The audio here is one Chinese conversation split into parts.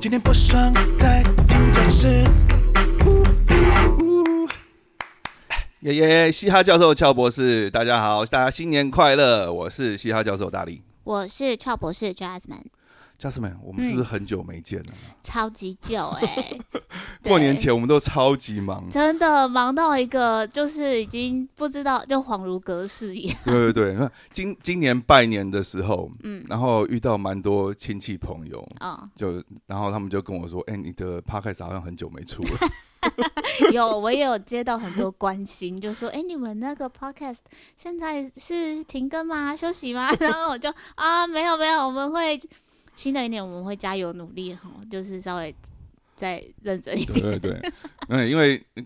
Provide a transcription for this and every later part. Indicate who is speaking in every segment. Speaker 1: 点哎不爽在听见是。
Speaker 2: 哎耶耶！嘻哈教授俏博士，大家好，大家新年快乐！我是嘻哈教授大力
Speaker 3: 我是俏博士 Jasmine，嗯
Speaker 2: Jasmine，我们是不是很久没见了？
Speaker 3: 超级久哎、对
Speaker 2: 过年前我们都超级 忙，
Speaker 3: 真的忙到一个就是已经不知道，就恍如隔世一样。
Speaker 2: 对对对。那今今年拜年的时候，
Speaker 3: 嗯，
Speaker 2: 然后遇到蛮多亲戚朋友，
Speaker 3: 哦，
Speaker 2: 就然后他们就跟我说：“哎、你的 podcast 好像很久没出了。
Speaker 3: 有我也有接到很多关心，就说：“哎、你们那个 podcast 现在是停更吗？休息吗？” 然后我就啊，没有没有，我们会新的一年我们会加油努力哈，就是稍微再认真一”点。
Speaker 2: 对 对对，嗯，因为嗯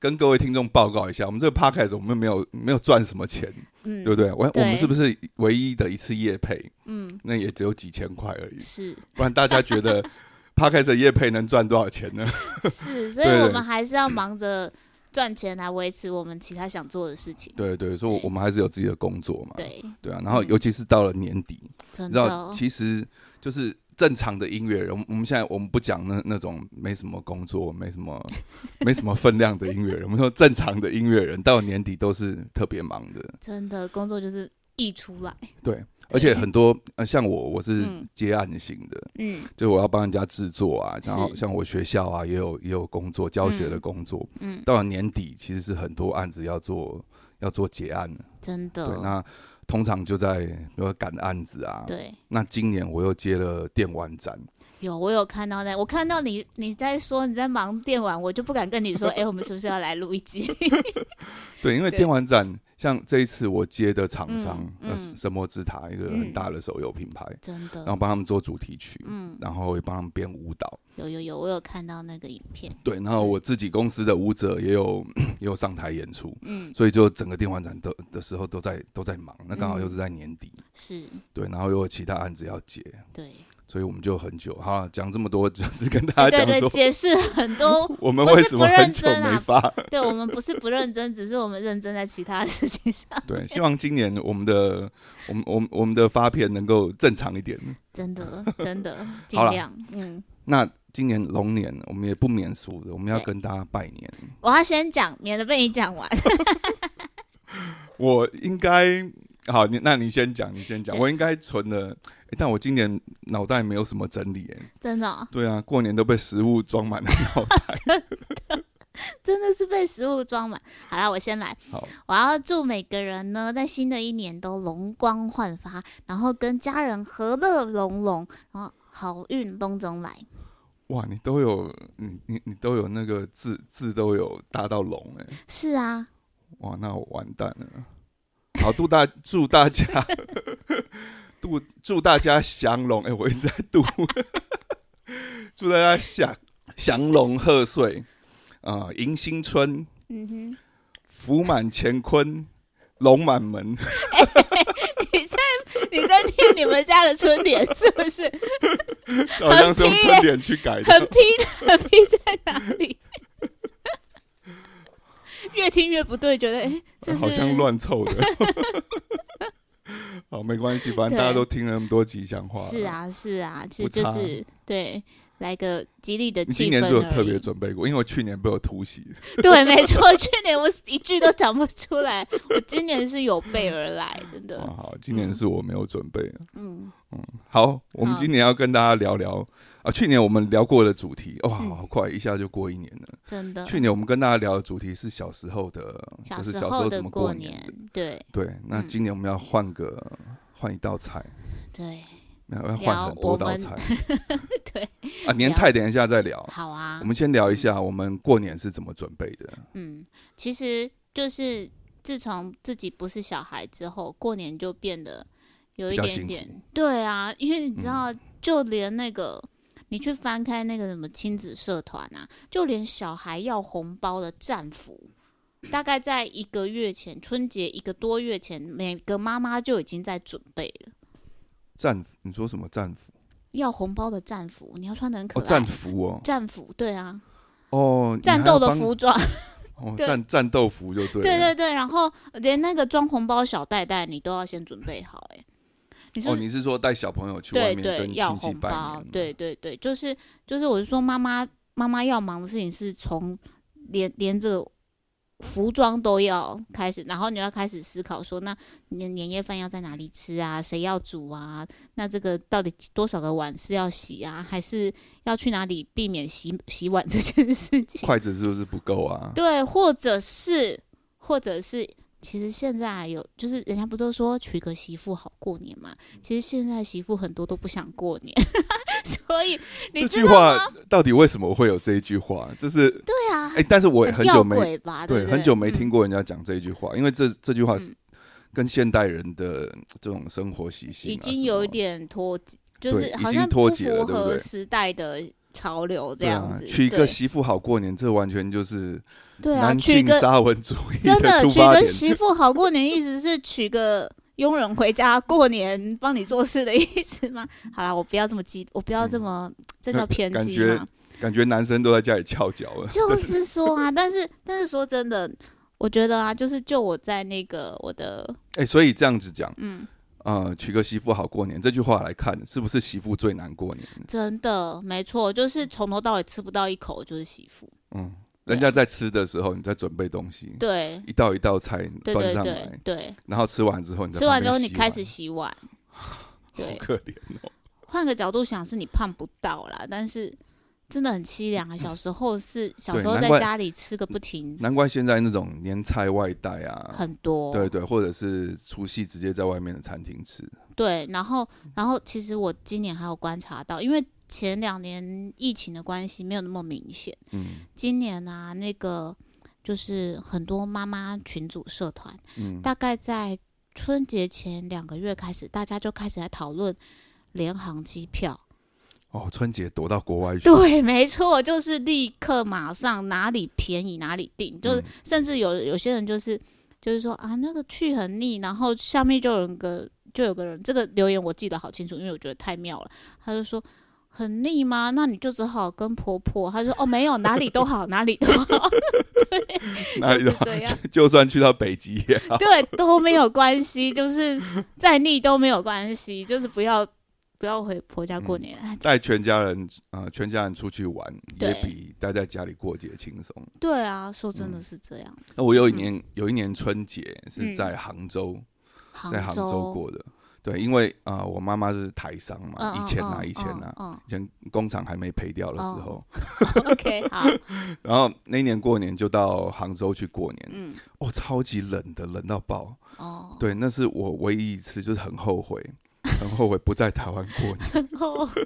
Speaker 2: 跟各位听众报告一下，我们这个 podcast 我们没有没有赚什么钱，
Speaker 3: 嗯，
Speaker 2: 对不对？我我们
Speaker 3: 对
Speaker 2: 是不是唯一的一次业配？
Speaker 3: 嗯，
Speaker 2: 那也只有几千块而已。
Speaker 3: 是。
Speaker 2: 不然大家觉得 podcast 的业配能赚多少 钱呢？
Speaker 3: 是，所以
Speaker 2: 对
Speaker 3: 我们还是要忙着赚钱来维持我们其他想做的事情。
Speaker 2: 对对，所以我们还是有自己的工作嘛。
Speaker 3: 对，
Speaker 2: 对啊，然后尤其是到了年底，
Speaker 3: 真
Speaker 2: 你知
Speaker 3: 的
Speaker 2: 道，
Speaker 3: 哦，
Speaker 2: 其实就是正常的音乐人，我们我们现在我们不讲那那种没什么工作、没什么 没什么分量的音乐人，我们说正常的音乐人到了年底都是特别忙的。
Speaker 3: 真的工作就是溢出来。
Speaker 2: 对，而且很多呃，像我我是
Speaker 3: 嗯
Speaker 2: 接案型的，
Speaker 3: 嗯
Speaker 2: 就我要帮人家制作啊，然后
Speaker 3: 是
Speaker 2: 像我学校啊也有也有工作教学的工作，
Speaker 3: 嗯，
Speaker 2: 到了年底，其实是很多案子要做要做结案的。
Speaker 3: 真
Speaker 2: 对，
Speaker 3: 的，哦
Speaker 2: 那通常就在比如说赶案子啊。
Speaker 3: 对，
Speaker 2: 那今年我又接了电玩展，
Speaker 3: 有我有看到那，我看到你你在说你在忙电玩，我就不敢跟 你说，哎、我们是不是要来录一集？
Speaker 2: 对，因为
Speaker 3: 对
Speaker 2: 电玩展像这一次我接的厂商
Speaker 3: 嗯，
Speaker 2: 呃，
Speaker 3: 嗯
Speaker 2: 神魔之塔一个很大的手游品牌，
Speaker 3: 真
Speaker 2: 然后
Speaker 3: 的，
Speaker 2: 帮他们做主题曲，
Speaker 3: 嗯，
Speaker 2: 然后也帮他们编舞蹈。
Speaker 3: 有有有，我有看到那个影片，
Speaker 2: 对，然后我自己公司的舞者也有也有上台演出，
Speaker 3: 嗯，
Speaker 2: 所以就整个电玩展的的时候都在都在忙。那刚好
Speaker 3: 嗯
Speaker 2: 又是在年底，
Speaker 3: 是，
Speaker 2: 对，然后又有其他案子要接，
Speaker 3: 对，
Speaker 2: 所以我们就很久哈，讲这么多就是跟大
Speaker 3: 对
Speaker 2: 家讲
Speaker 3: 对对，
Speaker 2: 说，
Speaker 3: 解释很多。
Speaker 2: 我们
Speaker 3: 不是
Speaker 2: 为什么
Speaker 3: 不认
Speaker 2: 很久
Speaker 3: 真啊
Speaker 2: 没发。
Speaker 3: 对我们不是不认真，只是我们认真在其他事情上。
Speaker 2: 对，希望今年我们的我们我们我们的发片能够正常一点。
Speaker 3: 真的，真的，尽
Speaker 2: 好啦
Speaker 3: 量。嗯，
Speaker 2: 那今年龙年，我们也不免俗的，我们要
Speaker 3: 对
Speaker 2: 跟大家拜年。
Speaker 3: 我要先讲，免得被你讲完。
Speaker 2: 我应该好，你那你先讲，你先讲。
Speaker 3: 对
Speaker 2: 我应该存了、诶但我今年脑袋没有什么整理、诶
Speaker 3: 真的哦、
Speaker 2: 对啊，过年都被食物装满了脑袋。
Speaker 3: 真的是被食物装满。好啦，我先来。
Speaker 2: 好，
Speaker 3: 我要祝每个人呢，在新的一年都容光焕发，然后跟家人和乐融融，然后好运东总来。
Speaker 2: 哇，你都有你你你都有那个字字都有搭到龙哎、诶
Speaker 3: 是啊，
Speaker 2: 哇，那我完蛋了。好，祝大祝大家， 祝祝大家祥龙。哎、我一直在读， 祝大家祥祥龙贺岁啊、呃迎新春，
Speaker 3: 嗯哼，
Speaker 2: 福满乾坤，龙满门。
Speaker 3: 你在你在念你们家的春联是不 是？
Speaker 2: 好像是用春联去改
Speaker 3: 很
Speaker 2: 的。
Speaker 3: 拼的拼在哪里？ 越听越不对，觉得哎、诶这是
Speaker 2: 好像乱凑的。 好，没关系，反正
Speaker 3: 对
Speaker 2: 大家都听了那么多吉祥话。
Speaker 3: 是，啊，是啊，其
Speaker 2: 不
Speaker 3: 实就
Speaker 2: 差
Speaker 3: 是对，来个吉利的
Speaker 2: 你
Speaker 3: 气
Speaker 2: 今
Speaker 3: 氛
Speaker 2: 年
Speaker 3: 而
Speaker 2: 是
Speaker 3: 已。
Speaker 2: 有特别准备过，因为我去年被我突袭。
Speaker 3: 对，没错，去年我一句都讲不出来，我今年是有备而来，真
Speaker 2: 啊，
Speaker 3: 的。
Speaker 2: 好，今年
Speaker 3: 嗯
Speaker 2: 是我没有准备。
Speaker 3: 嗯，
Speaker 2: 好，我们
Speaker 3: 好
Speaker 2: 今年要跟大家聊聊啊，去年我们聊过的主题，哇，
Speaker 3: 嗯
Speaker 2: 好快，一下就过一年了。
Speaker 3: 真的。
Speaker 2: 去年我们跟大家聊的主题是小时候的，
Speaker 3: 小
Speaker 2: 就是
Speaker 3: 时
Speaker 2: 小时候
Speaker 3: 的
Speaker 2: 怎么
Speaker 3: 过嗯
Speaker 2: 年的。
Speaker 3: 对
Speaker 2: 对，那今年我们要换个换一道菜，
Speaker 3: 对，
Speaker 2: 要要换很多道菜。
Speaker 3: 对
Speaker 2: 啊，年菜等一下再聊，
Speaker 3: 好啊
Speaker 2: 我。们先聊一下我们过年是怎么准备的。
Speaker 3: 嗯，其实就是自从自己不是小孩之后，过年就变得有
Speaker 2: 比
Speaker 3: 一
Speaker 2: 较
Speaker 3: 点
Speaker 2: 辛
Speaker 3: 点。对啊，因为你知
Speaker 2: 嗯
Speaker 3: 道，就连那个。你去翻开那个什么亲子社团啊，就连小孩要红包的战服，大概在一个月前，春节一个多月前，每个妈妈就已经在准备了
Speaker 2: 战服，你说什么战服？
Speaker 3: 要红包的战服，你要穿的很可
Speaker 2: 哦，
Speaker 3: 爱。
Speaker 2: 战服哦，
Speaker 3: 战服，对啊，
Speaker 2: 哦，你
Speaker 3: 战
Speaker 2: 还要
Speaker 3: 斗的
Speaker 2: 帮
Speaker 3: 服装，
Speaker 2: 哦，
Speaker 3: 对
Speaker 2: 战战斗服 就对了。啊哦
Speaker 3: 对对对，然后连那个装红包小袋袋你都要先准备好、欸，你是
Speaker 2: 哦，
Speaker 3: 不是
Speaker 2: 你是说带小朋友去外
Speaker 3: 对
Speaker 2: 面
Speaker 3: 对
Speaker 2: 跟
Speaker 3: 要
Speaker 2: 亲戚
Speaker 3: 红
Speaker 2: 拜
Speaker 3: 包
Speaker 2: 年？，嗯
Speaker 3: 对对对，就是就是，我是说妈妈妈妈要忙的事情是从连连这个服装都要开始，然后你要开始思考说，那年年夜饭要在哪里吃啊？谁要煮啊？那这个到底多少个碗是要洗啊？还是要去哪里避免洗洗碗这件事情？
Speaker 2: 筷子是不是不够啊？
Speaker 3: 对，或者是，或者是，其实现在啊有，就是人家不都说娶个媳妇好过年嘛？其实现在媳妇很多都不想过年， 所以你
Speaker 2: 这
Speaker 3: 知
Speaker 2: 句
Speaker 3: 道吗？
Speaker 2: 话到底为什么会有这一句话？就是
Speaker 3: 对啊，
Speaker 2: 哎、但是我也很
Speaker 3: 吊
Speaker 2: 久没
Speaker 3: 诡吧？
Speaker 2: 对
Speaker 3: 不
Speaker 2: 很久没听
Speaker 3: 嗯
Speaker 2: 过人家讲这一句话，因为这这句话
Speaker 3: 嗯
Speaker 2: 跟现代人的这种生活习性、啊、
Speaker 3: 已经
Speaker 2: 什
Speaker 3: 有
Speaker 2: 么
Speaker 3: 一点脱节，就
Speaker 2: 对
Speaker 3: 是
Speaker 2: 已
Speaker 3: 好
Speaker 2: 经
Speaker 3: 像
Speaker 2: 脱
Speaker 3: 不
Speaker 2: 节了对
Speaker 3: 符
Speaker 2: 不
Speaker 3: 合
Speaker 2: 对
Speaker 3: 时代的潮流这
Speaker 2: 对
Speaker 3: 样子。
Speaker 2: 啊、娶一
Speaker 3: 对
Speaker 2: 个媳妇好过年，这完全就是
Speaker 3: 对啊，
Speaker 2: 男
Speaker 3: 娶
Speaker 2: 性
Speaker 3: 个
Speaker 2: 沙文主义
Speaker 3: 真的
Speaker 2: 出
Speaker 3: 娶
Speaker 2: 发
Speaker 3: 个
Speaker 2: 点。
Speaker 3: 媳妇好过年，意思是娶个佣人回家过年帮你做事的意思吗？ 好啦，我不要这么激，我不要这么，这叫偏
Speaker 2: 嗯感
Speaker 3: 激
Speaker 2: 觉
Speaker 3: 嘛？
Speaker 2: 感觉男生都在家里翘脚了。
Speaker 3: 就是 说啊，但是但是说真的，我觉得啊，就是就我在那个我的
Speaker 2: 哎、所以这样子讲，
Speaker 3: 嗯，
Speaker 2: 呃，娶个媳妇好过年这句话来看，是不是媳妇最难过年？
Speaker 3: 真的没错，就是从头到尾吃不到一口就是媳妇，
Speaker 2: 嗯，
Speaker 3: 对啊
Speaker 2: 人家在吃的时候，你在准备东西，
Speaker 3: 对
Speaker 2: 一道一道菜
Speaker 3: 对
Speaker 2: 端
Speaker 3: 对
Speaker 2: 上
Speaker 3: 对
Speaker 2: 来，
Speaker 3: 对，
Speaker 2: 然后吃完之后你在
Speaker 3: 吃完
Speaker 2: 旁边
Speaker 3: 之后你
Speaker 2: 洗
Speaker 3: 开
Speaker 2: 碗
Speaker 3: 始洗碗，
Speaker 2: 好
Speaker 3: 对，
Speaker 2: 可怜哦。
Speaker 3: 换个角度想，是你胖不到啦，但是真的很凄凉啊。小时候是小时候
Speaker 2: 难
Speaker 3: 在
Speaker 2: 怪
Speaker 3: 家里吃个不停，
Speaker 2: 难怪现在那种年菜外带啊，
Speaker 3: 很多。
Speaker 2: 对对，或者是除夕直接在外面的餐厅吃，
Speaker 3: 对然后然后其实我今年还有观察到，因为前两年疫情的关系没有那么明显，
Speaker 2: 嗯
Speaker 3: 今年啊那个就是很多妈妈群组社团，
Speaker 2: 嗯，
Speaker 3: 大概在春节前两个月开始，大家就开始来讨论联航机票。
Speaker 2: 哦，春节躲到国外去，
Speaker 3: 对，没错，就是立刻马上哪里便宜哪里订，就是
Speaker 2: 嗯
Speaker 3: 甚至有有些人就是就是说啊，那个去很腻，然后下面就有一个就有个人这个留言我记得好清楚，因为我觉得太妙了，他就说。很腻吗？那你就只好跟婆婆。他说：“哦，没有，哪里都好，哪里都好，
Speaker 2: 哪
Speaker 3: 就
Speaker 2: 里都
Speaker 3: 是这样，
Speaker 2: 就算去到北极也 好，
Speaker 3: 对，都没有关系，就是再腻都没有关系，就是不要不要回婆家
Speaker 2: 嗯
Speaker 3: 过年。哎
Speaker 2: 带全家人呃全家人出去玩，也
Speaker 3: 对
Speaker 2: 比待在家里过节轻松。
Speaker 3: 对啊，说真的是这样子。
Speaker 2: 那我有一年有一年春节是
Speaker 3: 嗯
Speaker 2: 在杭州，
Speaker 3: 杭
Speaker 2: 在杭州过的。对，因为啊、呃我妈妈是台商嘛，
Speaker 3: 嗯，嗯
Speaker 2: 以前啊，
Speaker 3: 嗯
Speaker 2: 以前啊，
Speaker 3: 嗯嗯
Speaker 2: 以前工厂还没赔掉的时候，
Speaker 3: OK，好，
Speaker 2: 然后那一年过年就到杭州去过年，
Speaker 3: 嗯，
Speaker 2: 哦，超级冷的，冷到爆。
Speaker 3: 哦，
Speaker 2: 对，那是我唯一一次，就是很后悔，很后悔不在台湾过 年。
Speaker 3: 后悔，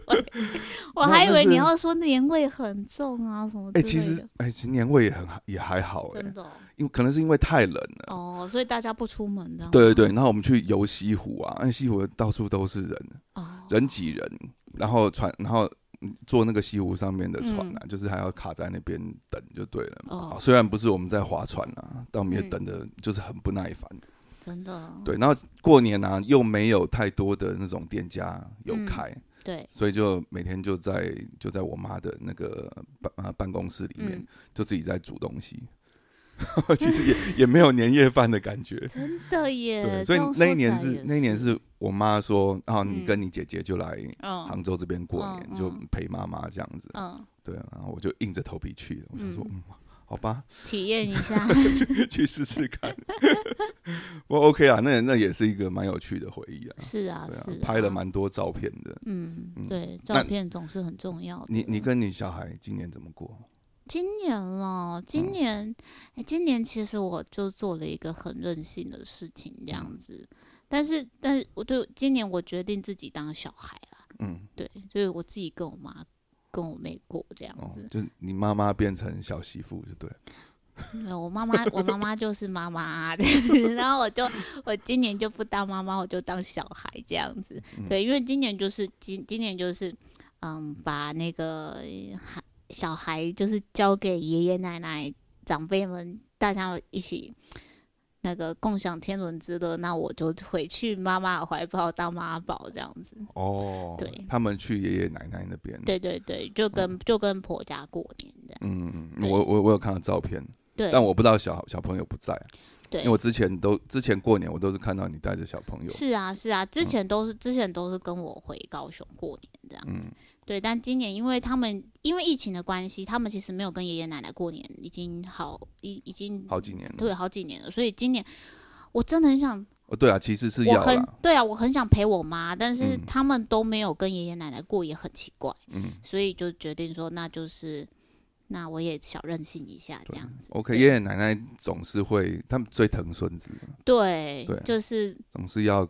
Speaker 3: 我
Speaker 2: 那
Speaker 3: 还以
Speaker 2: 那
Speaker 3: 为你
Speaker 2: 是
Speaker 3: 要说年味很重啊什么之
Speaker 2: 哎、
Speaker 3: 类的。
Speaker 2: 其实哎、其实年味也很也还好哎、
Speaker 3: 真的哦
Speaker 2: 因为可能是因为太冷了。
Speaker 3: 哦，所以大家不出门的。
Speaker 2: 对对对，然后我们去游西湖啊，那西湖到处都是人，
Speaker 3: 哦，
Speaker 2: 人挤人，然后船，然后嗯坐那个西湖上面的船啊，就是还要卡在那边等就对了。
Speaker 3: 嗯哦嗯
Speaker 2: 啊虽然不是我们在划船啊，但我们也等的就是很不耐烦。
Speaker 3: 真的。
Speaker 2: 对，然后过年啊又没有太多的那种店家有
Speaker 3: 嗯
Speaker 2: 开，
Speaker 3: 对，
Speaker 2: 所以就每天就在就在我妈的那个办啊办公室里面，
Speaker 3: 嗯，
Speaker 2: 就自己在煮东西。 其实 也也没有年夜饭的感觉，
Speaker 3: 真的耶。
Speaker 2: 对，所以
Speaker 3: 这样
Speaker 2: 那
Speaker 3: 说
Speaker 2: 一
Speaker 3: 起
Speaker 2: 年
Speaker 3: 来
Speaker 2: 是
Speaker 3: 也
Speaker 2: 那一年，是我妈说啊，你
Speaker 3: 嗯
Speaker 2: 跟你姐姐就来
Speaker 3: 嗯
Speaker 2: 杭州这边过年，
Speaker 3: 嗯
Speaker 2: 就
Speaker 3: 嗯
Speaker 2: 陪妈妈这样子。
Speaker 3: 嗯，
Speaker 2: 对，然后我就硬着头皮去了。我想说，嗯，好吧，
Speaker 3: 体验一下。
Speaker 2: 去试试看。 不过 OK 啊，那那也是一个蛮有趣的回忆啊。
Speaker 3: 是啊，
Speaker 2: 对啊
Speaker 3: 是，啊
Speaker 2: 拍了蛮多照片的。
Speaker 3: 嗯
Speaker 2: 嗯，
Speaker 3: 对，
Speaker 2: 那
Speaker 3: 照片总是很重要的。
Speaker 2: 你你跟你小孩今年怎么过？
Speaker 3: 今年了，今
Speaker 2: 嗯
Speaker 3: 年，诶今年其实我就做了一个很任性的事情，
Speaker 2: 嗯
Speaker 3: 这样子。但是，但是我对今年我决定自己当小孩啦，
Speaker 2: 嗯，
Speaker 3: 对，就是我自己跟我妈、跟我妹过这样
Speaker 2: 哦
Speaker 3: 子，。
Speaker 2: 就是你妈妈变成小媳妇就对了。
Speaker 3: 没呃有，我妈妈，我妈妈就是妈妈啊， 然后我就我今年就不当妈妈，我就当小孩这样子。
Speaker 2: 嗯
Speaker 3: 对，因为今年就是今今年就是，嗯，把那个孩小孩就是交给爷爷奶奶长辈们，大家一起那个共享天伦之乐。那我就回去妈妈的怀抱当妈宝这样子。
Speaker 2: 哦，
Speaker 3: 嗯对
Speaker 2: 他们去爷爷奶奶那边。
Speaker 3: 对对对，就
Speaker 2: 嗯
Speaker 3: 跟、就跟婆家过年这样。
Speaker 2: 嗯，嗯，
Speaker 3: 对
Speaker 2: 我我我有看到照片，
Speaker 3: 对，
Speaker 2: 但我不知道小小朋友不在啊。
Speaker 3: 对
Speaker 2: 因为，我之前都之前过年我都是看到你带着小朋友，
Speaker 3: 是啊是啊，
Speaker 2: 嗯
Speaker 3: 之前都是、之前都是跟我回高雄过年这样
Speaker 2: 嗯
Speaker 3: 子。对，但今年因为他们因为疫情的关系，他们其实没有跟爷爷奶奶过年，已经好已已经
Speaker 2: 好几年了。
Speaker 3: 对好几年了，所以今年我真的很想
Speaker 2: 哦，对啊，其实是
Speaker 3: 我
Speaker 2: 要
Speaker 3: 很
Speaker 2: 啦，
Speaker 3: 对啊，我很想陪我妈，但是
Speaker 2: 嗯
Speaker 3: 他们都没有跟爷爷奶奶过，也很奇怪，
Speaker 2: 嗯
Speaker 3: 所以就决定说，那就是那我也小任性一下这样子。
Speaker 2: ，OK，爷爷奶奶总是会，他们最疼孙子的，
Speaker 3: 对，
Speaker 2: 对
Speaker 3: 就是
Speaker 2: 总是要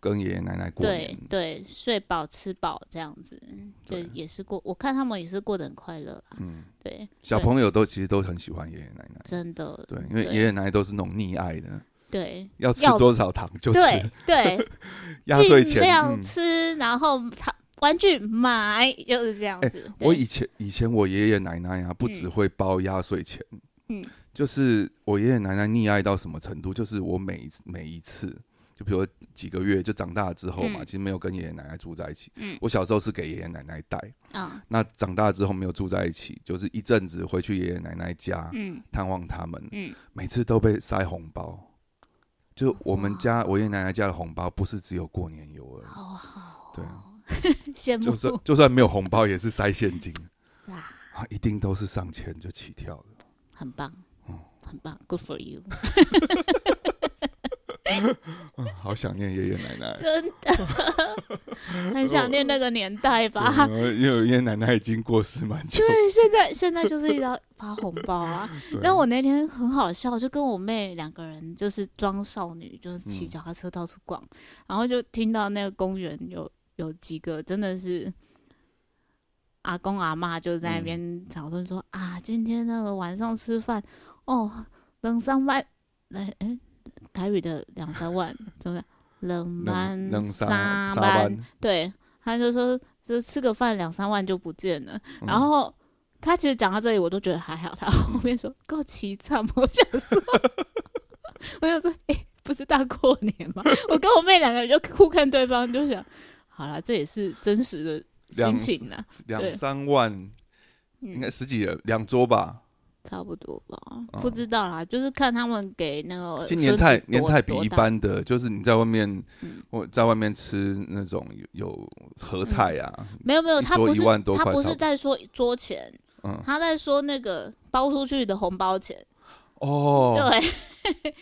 Speaker 2: 跟爷爷奶奶过
Speaker 3: 嗯对
Speaker 2: 年。
Speaker 3: 对，睡饱吃饱这样子，就
Speaker 2: 对
Speaker 3: 也是过，我看他们也是过得很快乐啦。
Speaker 2: 嗯，
Speaker 3: 对，
Speaker 2: 小
Speaker 3: 对
Speaker 2: 朋友都其实都很喜欢爷爷奶奶，
Speaker 3: 真的，
Speaker 2: 对，因为爷爷奶奶都是那种溺爱的，
Speaker 3: 对
Speaker 2: 要吃
Speaker 3: 要
Speaker 2: 多少糖就吃，
Speaker 3: 对对，
Speaker 2: 压岁
Speaker 3: 尽
Speaker 2: 钱。
Speaker 3: 量
Speaker 2: 嗯
Speaker 3: 吃，然后他玩具买，就是这样
Speaker 2: 哎
Speaker 3: 子。
Speaker 2: 我
Speaker 3: 对
Speaker 2: 以前以前我爷爷奶奶啊，不只
Speaker 3: 嗯
Speaker 2: 会包压岁钱，
Speaker 3: 嗯
Speaker 2: 就是我爷爷奶奶溺爱到什么程度，就是我每一次每一次，就比如说几个月就长大之后嘛，
Speaker 3: 嗯
Speaker 2: 其实没有跟爷爷奶奶住在一起。
Speaker 3: 嗯
Speaker 2: 我小时候是给爷爷奶奶带，
Speaker 3: 啊
Speaker 2: 那长大之后没有住在一起，就是一阵子回去爷爷奶奶家
Speaker 3: 嗯
Speaker 2: 探望他们，
Speaker 3: 嗯
Speaker 2: 每次都被塞红包。就我们
Speaker 3: 哇
Speaker 2: 家我爷爷奶奶家的红包，不是只有过年有而已，
Speaker 3: 好好，
Speaker 2: 对，
Speaker 3: 羡
Speaker 2: 就
Speaker 3: 慕
Speaker 2: 算 就算没有红包，也是塞现金
Speaker 3: 啦，
Speaker 2: 啊，一定都是上千就起跳的。
Speaker 3: 很棒，
Speaker 2: 哦
Speaker 3: 很棒，Good for you，
Speaker 2: 嗯，好想念爷爷奶奶。
Speaker 3: 真的 很想念那个年代吧。
Speaker 2: 对因为爷爷奶奶已经过世蛮久。
Speaker 3: 对，现在现在就是一张发红包 啊。
Speaker 2: 对
Speaker 3: 然后我那天很好笑，就跟我妹两个人就是装少女，就是骑
Speaker 2: 嗯
Speaker 3: 脚踏车到处逛，然后就听到那个公园有有几个真的是阿公阿妈就在那边讨论说、啊，今天那个晚上吃饭哦，冷三万，来哎，台语的两三万怎么讲？冷
Speaker 2: 能
Speaker 3: 万
Speaker 2: 能
Speaker 3: 三
Speaker 2: 沙
Speaker 3: 万，对，他就说就吃个饭两三万就不见了。
Speaker 2: 嗯
Speaker 3: 然后他其实讲到这里，我都觉得还好。他 后面说够凄惨 吗，我想说，我想说，哎、不是大过年 吗？我跟我妹两个人就互看对方，就想，好啦，这也是真实的心
Speaker 2: 两
Speaker 3: 情啦，对
Speaker 2: 两三万，应该
Speaker 3: 嗯，
Speaker 2: 十几人两桌吧。
Speaker 3: 差不多吧，
Speaker 2: 嗯
Speaker 3: 不知道啦，就是看他们给那个
Speaker 2: 今年
Speaker 3: 呃孙子
Speaker 2: 菜
Speaker 3: 多
Speaker 2: 年菜比
Speaker 3: 多
Speaker 2: 一
Speaker 3: 大
Speaker 2: 般的，就是你在外面
Speaker 3: 嗯，
Speaker 2: 我在外面吃那种有有合菜啊，
Speaker 3: 没有没有，
Speaker 2: 一
Speaker 3: 他
Speaker 2: 桌
Speaker 3: 不
Speaker 2: 一
Speaker 3: 是
Speaker 2: 万多
Speaker 3: 他
Speaker 2: 块
Speaker 3: 不
Speaker 2: 差
Speaker 3: 是
Speaker 2: 不
Speaker 3: 在说桌钱，
Speaker 2: 嗯，
Speaker 3: 他在说那个包出去的红包钱，
Speaker 2: 哦，
Speaker 3: 对。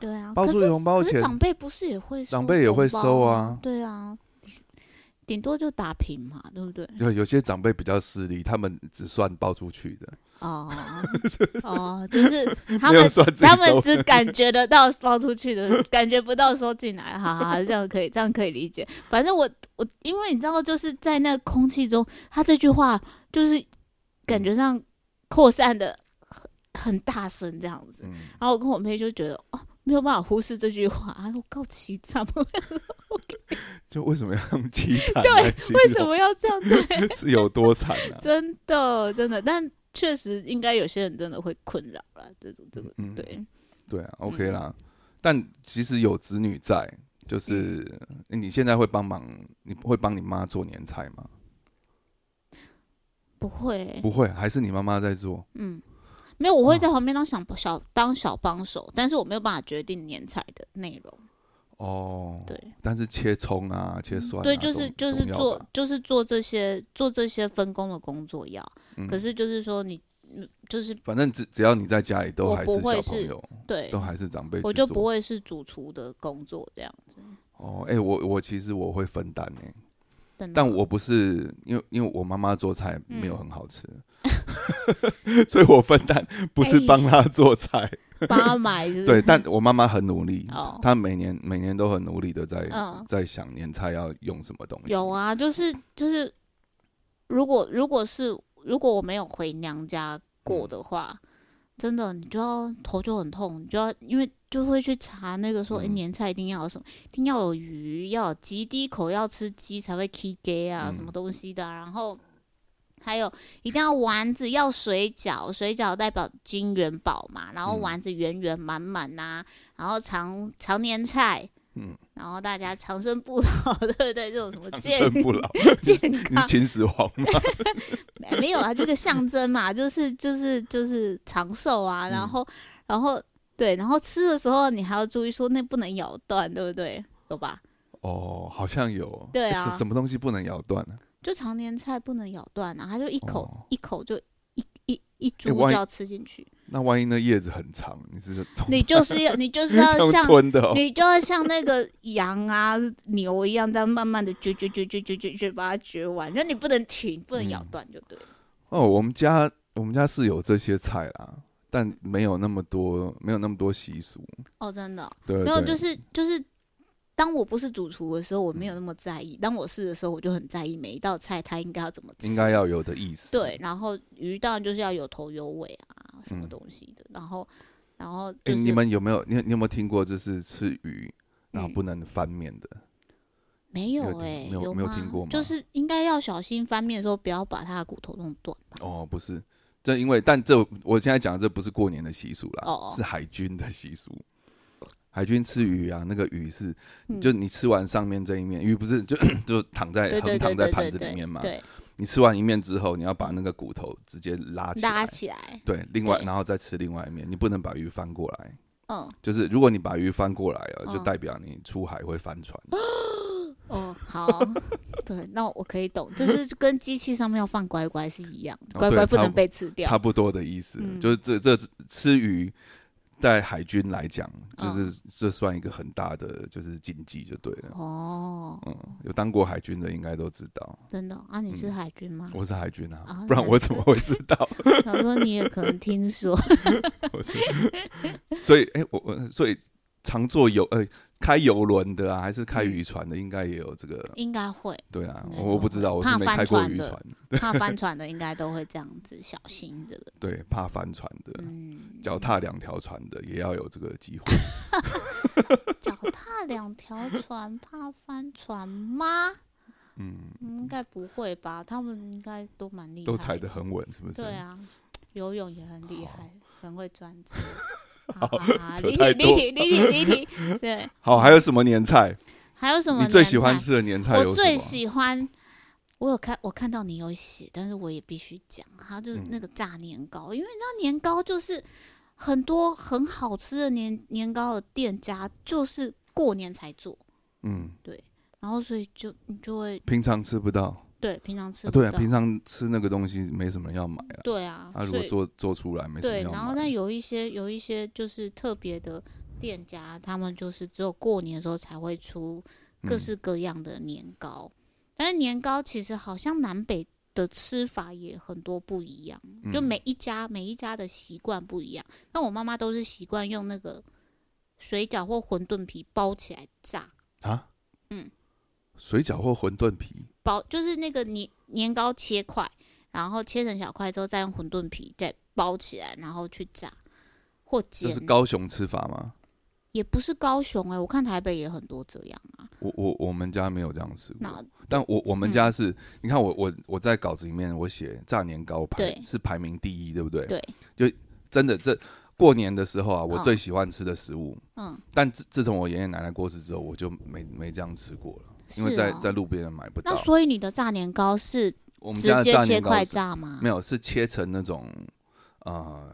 Speaker 3: 对啊，
Speaker 2: 包
Speaker 3: 可
Speaker 2: 出
Speaker 3: 是
Speaker 2: 去红包
Speaker 3: 可
Speaker 2: 钱
Speaker 3: 是，长辈不是也会收
Speaker 2: 长辈也会
Speaker 3: 红包
Speaker 2: 收
Speaker 3: 吗
Speaker 2: 啊
Speaker 3: 对啊，顶多就打平嘛，对不对？
Speaker 2: 有有些长辈比较势利，他们只算包出去的，
Speaker 3: 哦哦，就是他
Speaker 2: 没有
Speaker 3: 们
Speaker 2: 算自己
Speaker 3: 他们
Speaker 2: 收
Speaker 3: 只感觉得到包出去的，感觉不到收进来，哈哈，这样可以，这样可以理解。反正我我因为你知道，就是在那空气中，他这句话就是感觉上扩散的很很大声这样子，
Speaker 2: 嗯，
Speaker 3: 然后我跟我妹就觉得哦。没有办法忽视这句话啊！我告其他们
Speaker 2: 就为什么要用凄惨？
Speaker 3: 对，为什？么要这样对？
Speaker 2: 是有多惨 啊？
Speaker 3: 真的，真的，但确实应该有些人真的会困扰啦。这种这个，
Speaker 2: 嗯
Speaker 3: 对，嗯
Speaker 2: 对啊，OK 啦。但其实有子女在，就是、
Speaker 3: 嗯
Speaker 2: 你现在会帮忙，你会帮你妈做年菜吗？
Speaker 3: 不会，
Speaker 2: 不会，还是你妈妈在做？
Speaker 3: 嗯，没有，我会在旁边当小小当小帮手，但是我没有办法决定年菜的内容。
Speaker 2: 哦，
Speaker 3: 对，嗯
Speaker 2: 但是切葱啊，切蒜啊、
Speaker 3: 对，就是
Speaker 2: 总
Speaker 3: 就是
Speaker 2: 总要
Speaker 3: 做
Speaker 2: 吧
Speaker 3: 就是做这些做这些分工的工作要，
Speaker 2: 嗯
Speaker 3: 可是就是说你嗯就是
Speaker 2: 反正只只要你在家里，都
Speaker 3: 我
Speaker 2: 还
Speaker 3: 不
Speaker 2: 是
Speaker 3: 会
Speaker 2: 小朋
Speaker 3: 是
Speaker 2: 友，
Speaker 3: 对
Speaker 2: 都，还是长辈去做，
Speaker 3: 我就不会是主厨的工作这样子。
Speaker 2: 哦，哎、我我其实我会分担哎、
Speaker 3: 真的
Speaker 2: 但我不是因为因为我妈妈做菜没有
Speaker 3: 嗯
Speaker 2: 很好吃， 所以我分担不是
Speaker 3: 哎
Speaker 2: 帮她做菜，
Speaker 3: 帮他买是不 是？
Speaker 2: 对，但我妈妈很努力，
Speaker 3: 哦
Speaker 2: 她每年每年都很努力的在、
Speaker 3: 嗯
Speaker 2: 在想年菜要用什么东西。
Speaker 3: 有，啊，就是就是，如果如果是如果我没有回娘家过
Speaker 2: 嗯
Speaker 3: 的话，真的你就要头就很痛，你就要因为就会去查那个说，哎、
Speaker 2: 嗯
Speaker 3: 年菜一定要有什么，一定要有鱼，要有鸡，第一口要吃鸡才会 K gay 啊，什么
Speaker 2: 嗯
Speaker 3: 东西的啊、然后。还有一定要丸子，要水饺，水饺代表金元宝嘛，然后
Speaker 2: 嗯
Speaker 3: 丸子圆圆满满呐，然后常常年菜，
Speaker 2: 嗯，
Speaker 3: 然后大家长生不老， 对不对？这种什么
Speaker 2: 长
Speaker 3: 健
Speaker 2: 生不老，
Speaker 3: 健
Speaker 2: 你是
Speaker 3: 康
Speaker 2: 秦始皇吗？
Speaker 3: 哎
Speaker 2: 嗯
Speaker 3: 没有啊，这个象征嘛，就是就是就是长寿啊，然后然后对，然后吃的时候你还要注意说那不能咬断，对不对？有吧？
Speaker 2: 哦，好像有。
Speaker 3: 对
Speaker 2: 诶
Speaker 3: 啊
Speaker 2: 什什么东西不能咬断呢、
Speaker 3: 就常年菜不能咬断啊，它就一口、
Speaker 2: 哦
Speaker 3: 一口就一一一
Speaker 2: 哎
Speaker 3: 株
Speaker 2: 万一
Speaker 3: 要吃进去，
Speaker 2: 那万一那叶子很长，你是从
Speaker 3: 你就是要你就 是要像
Speaker 2: 吞的、哦，
Speaker 3: 你就要像那个羊啊、 牛一样，这样慢慢的嚼嚼嚼嚼嚼嚼嚼，把它嚼完，就你不能停，不能
Speaker 2: 嗯
Speaker 3: 咬断就对了。
Speaker 2: 哦，我们家我们家是有这些菜啦，但没有那么多，没有那么多习俗。
Speaker 3: 哦，真的哦、
Speaker 2: 对对
Speaker 3: 没有，就是就是，当我不是主厨的时候，我没有那么在意；当我是的时候，我就很在意每一道菜它应该要怎么吃。
Speaker 2: 应该要有的意思。
Speaker 3: 对，然后鱼当然就是要有头有尾啊，什么东西的。然后，然后
Speaker 2: 嗯诶，
Speaker 3: 就是、
Speaker 2: 你们有没有你你有没有听过，就是吃鱼然后不能翻面的？
Speaker 3: 没
Speaker 2: 没有
Speaker 3: 有
Speaker 2: 听
Speaker 3: 哎、
Speaker 2: 没有
Speaker 3: 有
Speaker 2: 没有
Speaker 3: 吗
Speaker 2: 听过吗
Speaker 3: 就是应该要小心翻面的时候，不要把它的骨头弄断吧。
Speaker 2: 哦，不是，这因为但这我现在讲的这不是过年的习俗啦，
Speaker 3: 哦哦
Speaker 2: 是海军的习俗。海军吃鱼啊，那个鱼是，
Speaker 3: 嗯
Speaker 2: 就你吃完上面这一面，鱼不是就 就躺在
Speaker 3: 对
Speaker 2: 横
Speaker 3: 对对
Speaker 2: 躺在
Speaker 3: 对
Speaker 2: 盘
Speaker 3: 对
Speaker 2: 子里面
Speaker 3: 对，
Speaker 2: 嘛？
Speaker 3: 对，
Speaker 2: 你吃完一面之后，你要把那个骨头直接拉起来，
Speaker 3: 拉起来，
Speaker 2: 对，另外
Speaker 3: 对
Speaker 2: 然后再吃另外一面，你不能把鱼翻过来。
Speaker 3: 嗯，
Speaker 2: 就是如果你把鱼翻过来了，就
Speaker 3: 嗯
Speaker 2: 代表你出海会翻船。
Speaker 3: 哦，好， 对，那我可以懂，就是跟机器上面要放乖乖是一样的，
Speaker 2: 哦
Speaker 3: 乖
Speaker 2: 对
Speaker 3: 乖不
Speaker 2: 差
Speaker 3: 能
Speaker 2: 不
Speaker 3: 被吃掉
Speaker 2: 差。不多的意思，
Speaker 3: 嗯
Speaker 2: 就是这这吃鱼在海军来讲，就
Speaker 3: 嗯
Speaker 2: 是、这算一个很大的就是禁忌就对了。
Speaker 3: 哦，
Speaker 2: 嗯，有当过海军的应该都知道，
Speaker 3: 真的啊？你
Speaker 2: 嗯
Speaker 3: 是海军吗？
Speaker 2: 我是海军啊，
Speaker 3: 啊
Speaker 2: 不然
Speaker 3: 那
Speaker 2: 我怎么会知道？
Speaker 3: 想说你也可能听说，
Speaker 2: 我是，所以哎、我我所以常坐游呃开游轮的啊，还是开渔船的，应该也有这个
Speaker 3: 嗯应该会
Speaker 2: 对啊，
Speaker 3: 应该
Speaker 2: 我我
Speaker 3: 都
Speaker 2: 不知道，
Speaker 3: 会
Speaker 2: 我是
Speaker 3: 怕
Speaker 2: 没
Speaker 3: 翻
Speaker 2: 开过
Speaker 3: 船
Speaker 2: 渔
Speaker 3: 的
Speaker 2: 船，
Speaker 3: 怕翻船的，应该都会这样子小心这个。
Speaker 2: 对，啊怕翻船的，
Speaker 3: 嗯，
Speaker 2: 脚踏两条船的也要有这个机会。
Speaker 3: 脚踏两条船，怕翻船吗？
Speaker 2: 嗯，
Speaker 3: 嗯应该不会吧？他们应该都蛮厉害，
Speaker 2: 都踩得。很稳，是不是？
Speaker 3: 对啊，游泳也很厉害，很会 钻针。
Speaker 2: 好
Speaker 3: 好好 好，
Speaker 2: 扯
Speaker 3: 离
Speaker 2: 太
Speaker 3: 题
Speaker 2: 多
Speaker 3: 离题离题离题。 对，
Speaker 2: 好，还有什么年菜？
Speaker 3: 还有什么？
Speaker 2: 你最喜欢？吃的年菜有什么？啊
Speaker 3: 我最喜欢，我有看，我看到你有写，但是我也必须讲，它就是
Speaker 2: 嗯
Speaker 3: 那个炸年糕，因为你知道年糕就是很多很好吃的年年糕的店家就是过年才做，
Speaker 2: 嗯，
Speaker 3: 然后所以就你就会
Speaker 2: 平常吃不到，
Speaker 3: 对平常吃
Speaker 2: 啊
Speaker 3: 不
Speaker 2: 对啊，
Speaker 3: 到
Speaker 2: 平常吃那个东西没什么人要买啊。
Speaker 3: 对啊，
Speaker 2: 啊，如
Speaker 3: 所
Speaker 2: 果
Speaker 3: 以
Speaker 2: 做做出来没什么
Speaker 3: 对，
Speaker 2: 要买。
Speaker 3: 然后但有一些有一些就是特别的店家，他们就是只有过年的时候才会出各
Speaker 2: 嗯
Speaker 3: 式各样的年糕，但是年糕其实好像南北的吃法也很多不一样，
Speaker 2: 嗯
Speaker 3: 就
Speaker 2: 嗯
Speaker 3: 每一家每一家的习惯不一样。那我妈妈都是习惯用那个水饺或馄饨皮包起来炸，
Speaker 2: 啊，
Speaker 3: 嗯，
Speaker 2: 水饺或馄饨皮，
Speaker 3: 包就是那个年年糕切块，然后切成小块之后再用馄饨皮再包起来，然后去炸或
Speaker 2: 这
Speaker 3: 煎
Speaker 2: 是。高雄吃法吗？
Speaker 3: 也不是高雄哎、我看台北也很多这样啊。
Speaker 2: 我我我们家没有这样吃过，
Speaker 3: 那
Speaker 2: 但我我们
Speaker 3: 嗯
Speaker 2: 家是，你看我我我在稿子里面我写炸年糕排
Speaker 3: 对
Speaker 2: 是排名第一，对不对？
Speaker 3: 对，
Speaker 2: 真的这过年的时候啊，我
Speaker 3: 嗯
Speaker 2: 最喜欢吃的食物，
Speaker 3: 嗯，
Speaker 2: 但自自从我爷爷奶奶过世之后，我就没没这样吃过了，因为
Speaker 3: 是
Speaker 2: 在
Speaker 3: 哦
Speaker 2: 在路边也买不到
Speaker 3: 那。所以你的炸年糕是
Speaker 2: 我们
Speaker 3: 直
Speaker 2: 家的
Speaker 3: 接
Speaker 2: 炸
Speaker 3: 切
Speaker 2: 年糕
Speaker 3: 块
Speaker 2: 是
Speaker 3: 炸吗
Speaker 2: 没？有，是切成那种呃，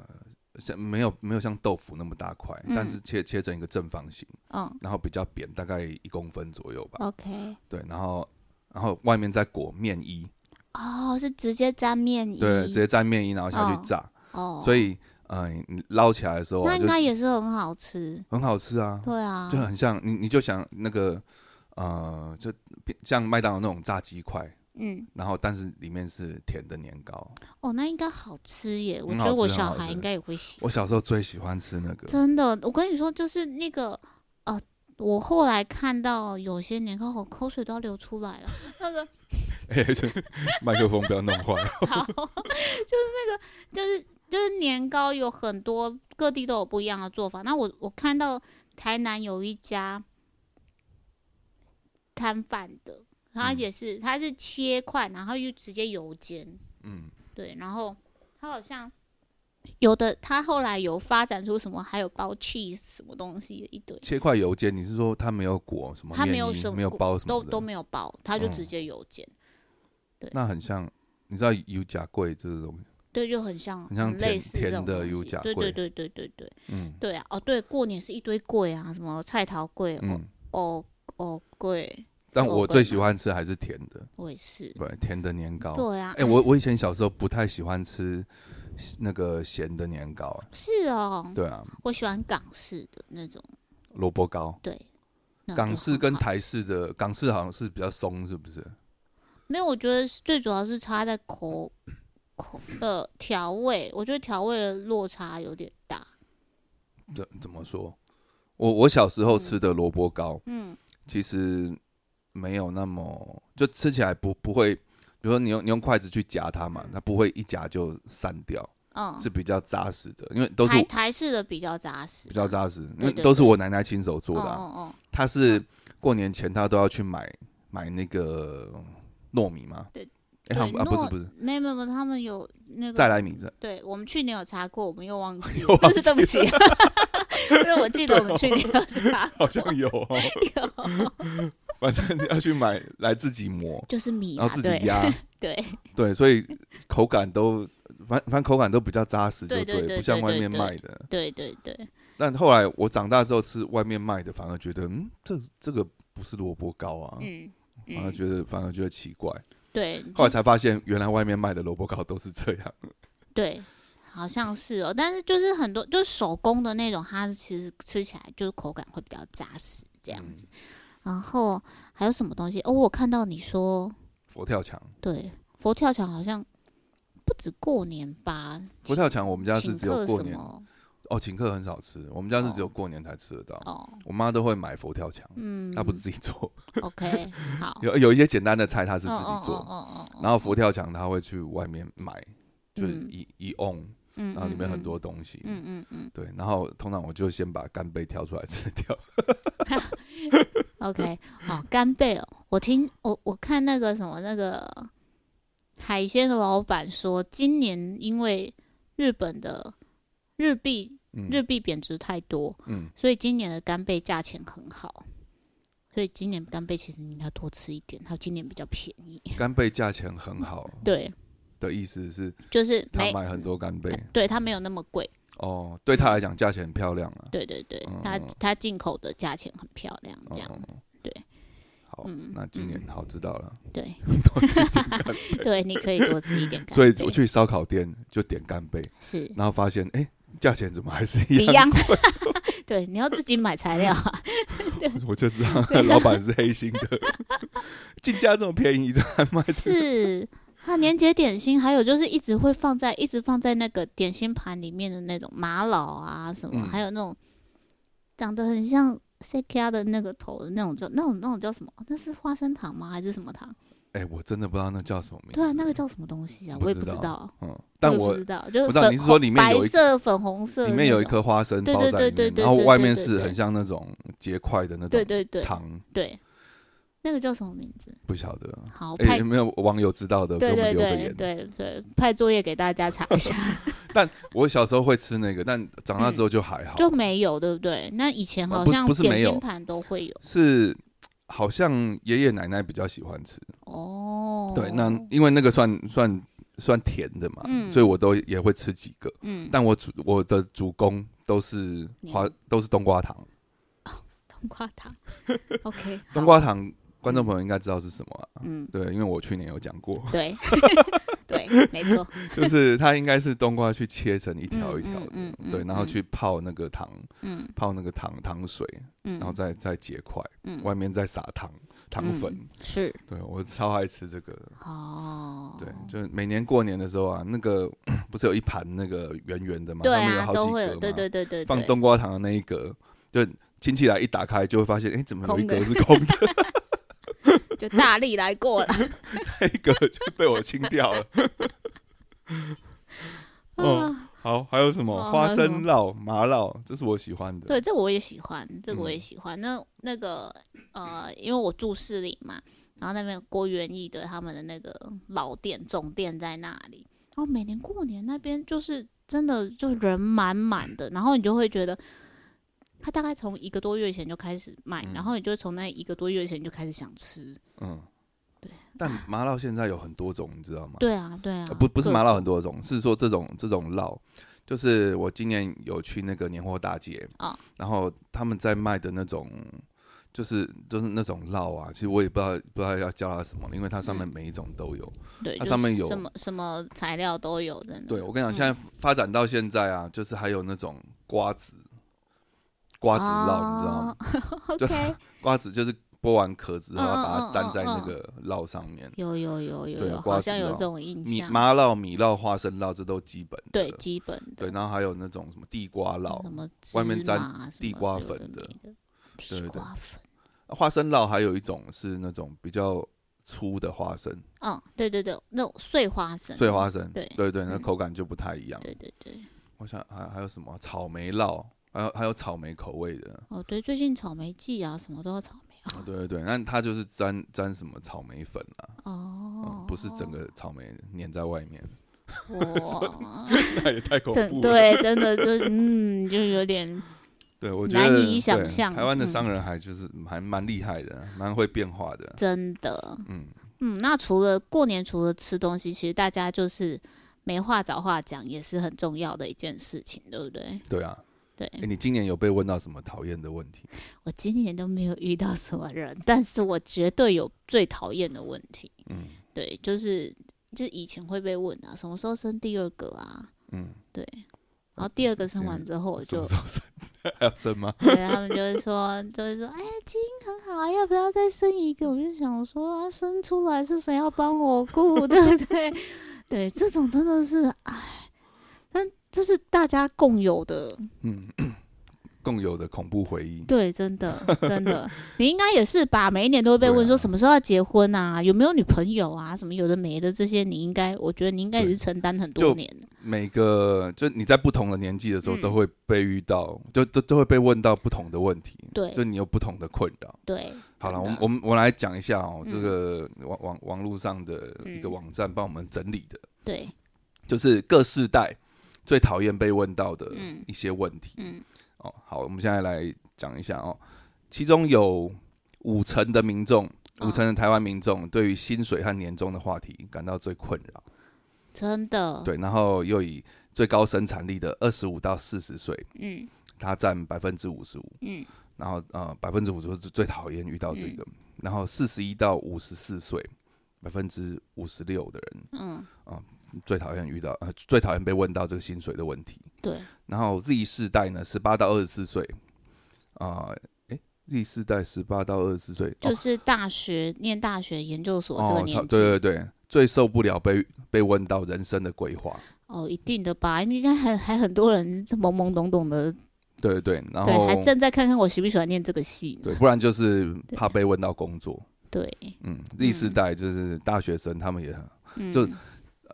Speaker 2: 像没有没有像豆腐那么大块，
Speaker 3: 嗯
Speaker 2: 但是切切成一个正方形，
Speaker 3: 嗯
Speaker 2: 然后比较扁，大概一公分左右
Speaker 3: 哦
Speaker 2: 吧。
Speaker 3: ，OK，
Speaker 2: 对，然后然后外面再裹面衣，
Speaker 3: 哦，是直接沾面衣，
Speaker 2: 对，直接沾面衣，然后下
Speaker 3: 哦
Speaker 2: 去炸。
Speaker 3: 哦，
Speaker 2: 所以呃，你捞起来的时候、
Speaker 3: 那
Speaker 2: 啊、
Speaker 3: 应
Speaker 2: 就
Speaker 3: 该也是很好吃，
Speaker 2: 很好吃啊，
Speaker 3: 对啊
Speaker 2: 就，很像你你就想那个呃，就像麦当劳那种炸鸡块。
Speaker 3: 嗯，
Speaker 2: 然后，但是里面是甜的年糕。
Speaker 3: 哦，那应该好吃耶，我
Speaker 2: 很
Speaker 3: 觉
Speaker 2: 好
Speaker 3: 得我
Speaker 2: 吃很
Speaker 3: 小
Speaker 2: 好
Speaker 3: 孩
Speaker 2: 吃
Speaker 3: 应该也会喜
Speaker 2: 我小时候最喜欢吃那个，
Speaker 3: 真的，我跟你说，就是那个呃，我后来看到有些年糕，我口水都要流出来了。 那个
Speaker 2: 哎、就 麦克风不要弄坏。
Speaker 3: 好，就是那个，就是就是年糕有很多各地都有不一样的做法。那我我看到台南有一家摊贩的，他
Speaker 2: 嗯
Speaker 3: 也是他是切块，然后又直接油煎，
Speaker 2: 嗯，
Speaker 3: 对，然后他好像有的他后来有发展出什么，还有包 cheese 什么东西的一堆。
Speaker 2: 切块油煎，你是说它没有裹什么
Speaker 3: 它
Speaker 2: 面衣？
Speaker 3: 没有什么
Speaker 2: 没有
Speaker 3: 裹
Speaker 2: 包什么
Speaker 3: 都
Speaker 2: 的
Speaker 3: 都没有包，他就
Speaker 2: 嗯
Speaker 3: 直接邮件。
Speaker 2: 那很像，你知道油夹贵这种
Speaker 3: 对，就很像
Speaker 2: 很像
Speaker 3: 很类
Speaker 2: 甜
Speaker 3: 似这种
Speaker 2: 甜的
Speaker 3: 东西
Speaker 2: 油炸
Speaker 3: 对
Speaker 2: 柜
Speaker 3: 对对对对对
Speaker 2: 嗯
Speaker 3: 对啊！哦，对，过年是一堆柜啊，什么菜桃柜、哦
Speaker 2: 嗯，
Speaker 3: 哦哦柜，
Speaker 2: 但
Speaker 3: 豆
Speaker 2: 我
Speaker 3: 干
Speaker 2: 最
Speaker 3: 嘛
Speaker 2: 喜欢吃还是甜的，
Speaker 3: 我也是。
Speaker 2: 对，甜的年糕。
Speaker 3: 对啊，
Speaker 2: 哎、我我以前小时候不太喜欢吃那个咸的年糕、啊，
Speaker 3: 是哦，
Speaker 2: 对啊，
Speaker 3: 我喜欢港式的那种，
Speaker 2: 萝卜糕。
Speaker 3: 对，那种
Speaker 2: 港
Speaker 3: 就
Speaker 2: 式
Speaker 3: 很
Speaker 2: 跟
Speaker 3: 好
Speaker 2: 台
Speaker 3: 吃
Speaker 2: 式的港式好像是比较松，是不是？
Speaker 3: 没有，我觉得是最主要是差在口口呃调味，我觉得调味的落差有点大。
Speaker 2: 怎怎么说？我我小时候吃的萝卜糕，
Speaker 3: 嗯，
Speaker 2: 其实没有那么就吃起来不不会，比如说你用你用筷子去夹它嘛，它不会一夹就散掉，
Speaker 3: 嗯，
Speaker 2: 是比较扎实的，因为都是
Speaker 3: 台台式的比较扎实，
Speaker 2: 比较扎实，因
Speaker 3: 对
Speaker 2: 为
Speaker 3: 对
Speaker 2: 都是我奶奶亲手做的啊、
Speaker 3: 嗯嗯嗯，
Speaker 2: 她是过年前她都要去买买那个糯米嘛，
Speaker 3: 对
Speaker 2: 哎、好像
Speaker 3: 对
Speaker 2: 啊不是
Speaker 3: 糯
Speaker 2: 不是，
Speaker 3: 没有没有，没有他们有那
Speaker 2: 再
Speaker 3: 个，
Speaker 2: 来 米子，
Speaker 3: 对我们去年有查过，我们又忘记
Speaker 2: 又
Speaker 3: 了，
Speaker 2: 忘
Speaker 3: 真是对不起。 因为我记得我们
Speaker 2: 哦
Speaker 3: 去年有查，
Speaker 2: 好像有、哦，反正要去买来自 己磨，
Speaker 3: 就是米
Speaker 2: 然
Speaker 3: 啊
Speaker 2: 后，自己
Speaker 3: 对
Speaker 2: 压，
Speaker 3: 对
Speaker 2: 对，所以口感都反反正口感都比较扎实，就
Speaker 3: 对对对
Speaker 2: 不像
Speaker 3: 对
Speaker 2: 外
Speaker 3: 对
Speaker 2: 面
Speaker 3: 对
Speaker 2: 卖的。
Speaker 3: 对对对，
Speaker 2: 但后来我长大之后吃外面卖的，反而觉得嗯，这这个不是萝卜糕啊，
Speaker 3: 嗯
Speaker 2: 反而
Speaker 3: 嗯，
Speaker 2: 觉得反而觉得奇怪。
Speaker 3: 对，
Speaker 2: 后来
Speaker 3: 就是
Speaker 2: 才发现，原来外面卖的萝卜糕都是这样。
Speaker 3: 对，好像是哦。但是就是很多就是手工的那种，它其实吃起来就是口感会比较扎实这样子。
Speaker 2: 嗯
Speaker 3: 然后还有什么东西？哦，我看到你说
Speaker 2: 佛跳墙，
Speaker 3: 对佛跳墙好像不止过年吧？
Speaker 2: 佛跳墙我们家是
Speaker 3: 请
Speaker 2: 只有
Speaker 3: 客
Speaker 2: 过
Speaker 3: 什
Speaker 2: 年
Speaker 3: 么？
Speaker 2: 哦，请客很少吃，我们家是只有过年才吃得到。
Speaker 3: 哦，
Speaker 2: 我妈都会买佛跳墙，
Speaker 3: 嗯，
Speaker 2: 啊她不是自己做，
Speaker 3: OK 好，
Speaker 2: 有有一些简单的菜她是自
Speaker 3: 哦
Speaker 2: 己
Speaker 3: 哦哦
Speaker 2: 做，
Speaker 3: 哦哦，
Speaker 2: 然后佛跳墙她会去外面买，就是
Speaker 3: 嗯
Speaker 2: 一一瓮，
Speaker 3: 嗯，
Speaker 2: 然后里面
Speaker 3: 嗯
Speaker 2: 很多，东西，
Speaker 3: 嗯嗯嗯
Speaker 2: 对，然后通常我就先把干贝挑出来吃掉。
Speaker 3: 嗯，OK 好，干贝哦，我听我我看那个什么那个海鲜的老板说，今年因为日本的日币
Speaker 2: 嗯
Speaker 3: 日币贬值太多，
Speaker 2: 嗯，
Speaker 3: 所以今年的干贝价钱很好。所以今年干贝其实你应该多吃一点，它今年比较便宜。
Speaker 2: 干贝价钱很好
Speaker 3: 对，
Speaker 2: 的意思是，
Speaker 3: 就是
Speaker 2: 他
Speaker 3: 没
Speaker 2: 买很多干贝
Speaker 3: 对它没有那么贵。
Speaker 2: 哦，对他来讲价钱很漂亮啊。
Speaker 3: 对对对，
Speaker 2: 嗯
Speaker 3: 它
Speaker 2: 嗯
Speaker 3: 它进口的价钱很漂亮，这样、
Speaker 2: 哦，
Speaker 3: 对，
Speaker 2: 好，
Speaker 3: 嗯
Speaker 2: 那今年好知道了，
Speaker 3: 对。对，你可以多吃一点干贝。
Speaker 2: 所以我去烧烤店就点干贝，
Speaker 3: 是
Speaker 2: 然后发现哎，价钱怎么还是一
Speaker 3: 一
Speaker 2: 样？
Speaker 3: 样。 对，你要自己买材料啊。
Speaker 2: 我就知 道老板是黑心的， 进价这么便宜，这 还卖这个？
Speaker 3: 是，它年节点心，还有就是一直会放在一直放在那个点心盘里面的那种玛瑙啊什么，
Speaker 2: 嗯
Speaker 3: 还有那种长得很像 C K 的那个头的那种叫那种那种叫什么？那是花生糖吗？还是什么糖？
Speaker 2: 哎，我真的不知道那叫什么名字。
Speaker 3: 对啊，那个叫什么东西啊？
Speaker 2: 不
Speaker 3: 我也
Speaker 2: 知
Speaker 3: 不知
Speaker 2: 道
Speaker 3: 道，
Speaker 2: 嗯，但
Speaker 3: 也不
Speaker 2: 我
Speaker 3: 知道，就
Speaker 2: 不
Speaker 3: 是
Speaker 2: 知道
Speaker 3: 粉
Speaker 2: 你是说
Speaker 3: 红
Speaker 2: 里面有
Speaker 3: 白
Speaker 2: 一
Speaker 3: 色、粉红色的
Speaker 2: 里
Speaker 3: 那种，
Speaker 2: 面有一颗花生
Speaker 3: 对
Speaker 2: 包
Speaker 3: 对
Speaker 2: 在
Speaker 3: 对
Speaker 2: 里面，
Speaker 3: 对
Speaker 2: 然后
Speaker 3: 对
Speaker 2: 外
Speaker 3: 对
Speaker 2: 面
Speaker 3: 对
Speaker 2: 是
Speaker 3: 对
Speaker 2: 很像那种结块的那
Speaker 3: 对
Speaker 2: 种
Speaker 3: 对对
Speaker 2: 糖，
Speaker 3: 对，那个叫什么名字？
Speaker 2: 不晓得。
Speaker 3: 好，
Speaker 2: 哎，
Speaker 3: 哦派
Speaker 2: 有没有网友知道的给
Speaker 3: 对
Speaker 2: 我们
Speaker 3: 对
Speaker 2: 留个
Speaker 3: 对
Speaker 2: 言？
Speaker 3: 对对，派作业给大家查一下，
Speaker 2: 我小时候会吃那个，但长大之后就还好，
Speaker 3: 嗯就没有对不对？那以前
Speaker 2: 啊
Speaker 3: 好
Speaker 2: 不
Speaker 3: 像
Speaker 2: 不是
Speaker 3: 点
Speaker 2: 没有
Speaker 3: 心盘都会有
Speaker 2: 是好像爷爷奶奶比较喜欢吃。
Speaker 3: 哦。
Speaker 2: 对，那因为那个算算算甜的嘛，
Speaker 3: 嗯
Speaker 2: 所以我都也会吃几个。
Speaker 3: 嗯，
Speaker 2: 但我主我的主攻都是花
Speaker 3: 嗯
Speaker 2: 都是冬瓜糖，
Speaker 3: 冬瓜糖，OK，
Speaker 2: 冬
Speaker 3: 好
Speaker 2: 瓜糖观众朋友应该知道是什么啊？
Speaker 3: 嗯，
Speaker 2: 对，因为我去年有讲 过，
Speaker 3: 对对，没错，
Speaker 2: 就是它应该是冬瓜去切成一条一条的，
Speaker 3: 嗯嗯嗯
Speaker 2: 对，
Speaker 3: 嗯
Speaker 2: 然后去泡那个糖，
Speaker 3: 嗯
Speaker 2: 泡那个糖糖水，
Speaker 3: 嗯，
Speaker 2: 然后再再结块，
Speaker 3: 嗯
Speaker 2: 外面再撒糖糖粉。
Speaker 3: 嗯是
Speaker 2: 对我超爱吃这个的，
Speaker 3: 哦，
Speaker 2: 对，就是每年过年的时候啊，那个 不是有一盘那个圆圆的嘛，
Speaker 3: 对
Speaker 2: 上面有
Speaker 3: 啊，
Speaker 2: 好
Speaker 3: 都
Speaker 2: 几
Speaker 3: 会
Speaker 2: 格
Speaker 3: 有，
Speaker 2: 嘛，
Speaker 3: 对对对对，
Speaker 2: 放
Speaker 3: 对
Speaker 2: 冬瓜糖的那一格，就亲戚来一打开就会发现，哎、怎么有一
Speaker 3: 空的
Speaker 2: 格是空的，
Speaker 3: 就大力来过 了
Speaker 2: 那一格 就被我清掉了。哦，
Speaker 3: 啊。
Speaker 2: 好，还有什么
Speaker 3: 哦
Speaker 2: 花
Speaker 3: 还有什
Speaker 2: 生酪、麻酪，这是我喜欢的。
Speaker 3: 对，这我也喜欢，这个我也
Speaker 2: 嗯
Speaker 3: 喜欢。那那个呃，因为我住市里嘛，然后那边有郭元义的他们的那个老店总店在那里，然后每年过年那边就是真的就人满满的，然后你就会觉得。他大概从一个多月前就开始卖，
Speaker 2: 嗯
Speaker 3: 然后你就从那一个多月前就开始想吃，
Speaker 2: 嗯，但麻辣现在有很多种，你知道吗？
Speaker 3: 对啊，对啊
Speaker 2: 呃，不不是
Speaker 3: 各
Speaker 2: 麻辣很多种，是说这种这种烙，就是我今年有去那个年货大街，
Speaker 3: 哦
Speaker 2: 然后他们在卖的那种，就是就是那种烙啊，其实我也不知道不知道要叫它什么，因为它上面每一种都有。
Speaker 3: 对，
Speaker 2: 它
Speaker 3: 就
Speaker 2: 上面
Speaker 3: 是
Speaker 2: 有
Speaker 3: 什么什么材料都有的。
Speaker 2: 对我跟你讲，现在发展到现在啊，就是还有那种瓜子，瓜
Speaker 3: 瓜
Speaker 2: 子烙，你知道吗？ 就
Speaker 3: OK，
Speaker 2: 瓜子就是剥完壳之后，
Speaker 3: 哦嗯嗯
Speaker 2: 把它
Speaker 3: 嗯
Speaker 2: 粘在
Speaker 3: 嗯
Speaker 2: 那
Speaker 3: 嗯
Speaker 2: 个烙上面。
Speaker 3: 有有有有
Speaker 2: 对
Speaker 3: 有，
Speaker 2: 瓜
Speaker 3: 好
Speaker 2: 子
Speaker 3: 像有
Speaker 2: 烙
Speaker 3: 这种印
Speaker 2: 米
Speaker 3: 象。
Speaker 2: 麻烙、米烙、花生烙，这都基本的
Speaker 3: 对，基本嗯的
Speaker 2: 对，然后还有那种什么地瓜烙、
Speaker 3: 什么
Speaker 2: 外面
Speaker 3: 芝
Speaker 2: 沾
Speaker 3: 麻什
Speaker 2: 地
Speaker 3: 么
Speaker 2: 瓜
Speaker 3: 有
Speaker 2: 粉
Speaker 3: 的
Speaker 2: 的
Speaker 3: 没的，
Speaker 2: 对
Speaker 3: 地
Speaker 2: 对
Speaker 3: 瓜粉。
Speaker 2: 花生烙，还有一种是那种比较粗的花生，
Speaker 3: 嗯，对对对，那种碎花生，
Speaker 2: 碎花生，
Speaker 3: 对
Speaker 2: 对对，那
Speaker 3: 嗯
Speaker 2: 口感就不太一样。
Speaker 3: 对对对，
Speaker 2: 我想还还有什么草莓烙，还有还有草莓口味的，
Speaker 3: 哦对，最近草莓季啊，什么都要草莓啊。
Speaker 2: 哦对对对，那它就是沾沾什么草莓粉啊，
Speaker 3: 哦
Speaker 2: 嗯，不是整个草莓粘在外面，
Speaker 3: 哇，
Speaker 2: 那也 太恐
Speaker 3: 真
Speaker 2: 怖了。
Speaker 3: 对，真的就嗯，就有点
Speaker 2: 对，我觉
Speaker 3: 难
Speaker 2: 得
Speaker 3: 以想
Speaker 2: 对
Speaker 3: 象
Speaker 2: 台湾的
Speaker 3: 嗯
Speaker 2: 商人还就是还蛮厉害的，蛮会变化的。
Speaker 3: 真的。
Speaker 2: 嗯，
Speaker 3: 嗯，那除了过年，除了吃东西，其实大家就是没话找话讲，也是很重要的一件事情，对不对？
Speaker 2: 对啊。
Speaker 3: 对，
Speaker 2: 哎，你今年有被问到什么讨厌的问题？
Speaker 3: 我今年都没有遇到什么人，但是我绝对有最讨厌的问题。
Speaker 2: 嗯
Speaker 3: 对，就是就是以前会被问啊，什么时候生第二个啊？
Speaker 2: 嗯，
Speaker 3: 对，然后第二个生完之后，我
Speaker 2: 什么
Speaker 3: 就
Speaker 2: 时候生？ 还要生吗？
Speaker 3: 对他们就会说，就会说，哎，基因很好啊，要不要再生一个？我就想说，啊，生出来是谁要帮我顾， 对不对？对，这种真的是，哎，但这是大家共有的，
Speaker 2: 嗯，共有的恐怖回忆。
Speaker 3: 对，真的，真的，你应该也是吧？每一年都会被问
Speaker 2: 对
Speaker 3: 说
Speaker 2: 啊
Speaker 3: 什么时候要结婚啊，有没有女朋友啊，什么有的没的这些，你应该，我觉得你应该也是承担很多
Speaker 2: 就
Speaker 3: 年的。
Speaker 2: 每个就你在不同的年纪的时候，
Speaker 3: 嗯
Speaker 2: 都会被遇到，就都都会被问到不同的问题。
Speaker 3: 对
Speaker 2: 就你有不同的困扰。
Speaker 3: 对，
Speaker 2: 好了，
Speaker 3: 真
Speaker 2: 我们
Speaker 3: 的
Speaker 2: 我们我来讲一下哦、
Speaker 3: 嗯
Speaker 2: 这个网网网络上的一个
Speaker 3: 嗯
Speaker 2: 网站帮我们整理的，
Speaker 3: 对，
Speaker 2: 就是各世代最讨厌被问到的
Speaker 3: 嗯
Speaker 2: 一些问题。
Speaker 3: 嗯，
Speaker 2: 哦，好，我们现在来讲一下哦，其中有五成的民众，
Speaker 3: 嗯
Speaker 2: 五成的台湾民众对于薪水和年终的话题感到最困扰。
Speaker 3: 真的，
Speaker 2: 对，然后又以最高生产力的二十五到四十岁，
Speaker 3: 嗯
Speaker 2: 它占百分之五十五，
Speaker 3: 嗯
Speaker 2: 然后呃百分之五十是最讨厌遇到这个，然后四十一到五十四岁，百分之五十六的人
Speaker 3: 嗯，
Speaker 2: 最讨厌遇到呃最讨厌被问到这个薪水的问题，
Speaker 3: 对，
Speaker 2: 然后 Z 世代呢十八到二十四岁，啊、诶 z 世代十八到二十四岁，
Speaker 3: 就
Speaker 2: 哦
Speaker 3: 是大学念大学研究所这个
Speaker 2: 哦
Speaker 3: 年
Speaker 2: 差
Speaker 3: 纪，
Speaker 2: 对对对，最受不了被被问到人生的规划，
Speaker 3: 哦，一定的吧？应该还还很多人这懵懵懂懂的，
Speaker 2: 对对对，然
Speaker 3: 对，
Speaker 2: 后
Speaker 3: 还正在看看我喜不喜欢念这个系呢。
Speaker 2: 对，不然就是
Speaker 3: 对
Speaker 2: 怕被问到工作。
Speaker 3: 对，
Speaker 2: 嗯，Z 世代就是大学生，他们也很
Speaker 3: 嗯，
Speaker 2: 就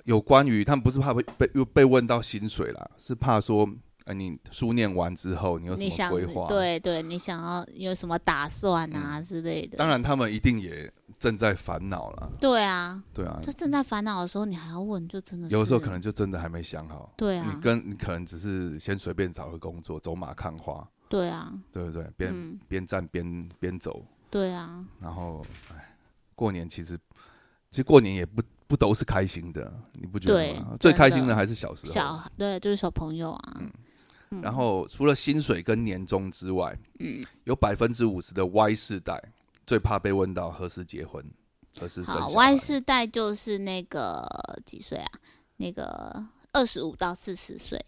Speaker 2: 有关于他们不是怕被被又被问到薪水啦，是怕说，呃，你书念完之后你有
Speaker 3: 你
Speaker 2: 什么
Speaker 3: 想
Speaker 2: 规划？，嗯
Speaker 3: 对对，你想要有什么打算啊之类的。
Speaker 2: 当，然他们一定也正在烦恼啦，
Speaker 3: 对啊，
Speaker 2: 对啊，
Speaker 3: 就正在烦恼的时候，你还要问，就真的
Speaker 2: 有的时候
Speaker 3: 是
Speaker 2: 可能就真的还没想好，
Speaker 3: 对
Speaker 2: 你
Speaker 3: 啊，
Speaker 2: 跟你可能只是先随便找个工作，走马看花，
Speaker 3: 对啊，
Speaker 2: 对不对？边
Speaker 3: 嗯，
Speaker 2: 边站边边走，
Speaker 3: 对啊，
Speaker 2: 然后，哎，过年其实其实过年也不不都是开心的，你不觉
Speaker 3: 对
Speaker 2: 得吗？最
Speaker 3: 真
Speaker 2: 开心
Speaker 3: 的
Speaker 2: 的还是小时候，
Speaker 3: 小对，就是小朋友啊，嗯
Speaker 2: 然后除了薪水跟年终之外，
Speaker 3: 嗯，
Speaker 2: 有百分之五十的 Y 世代最怕被问到何时结婚，何时生小
Speaker 3: 好
Speaker 2: 孩。
Speaker 3: ，Y 世代就是那个几岁啊？那个二十五到四十岁，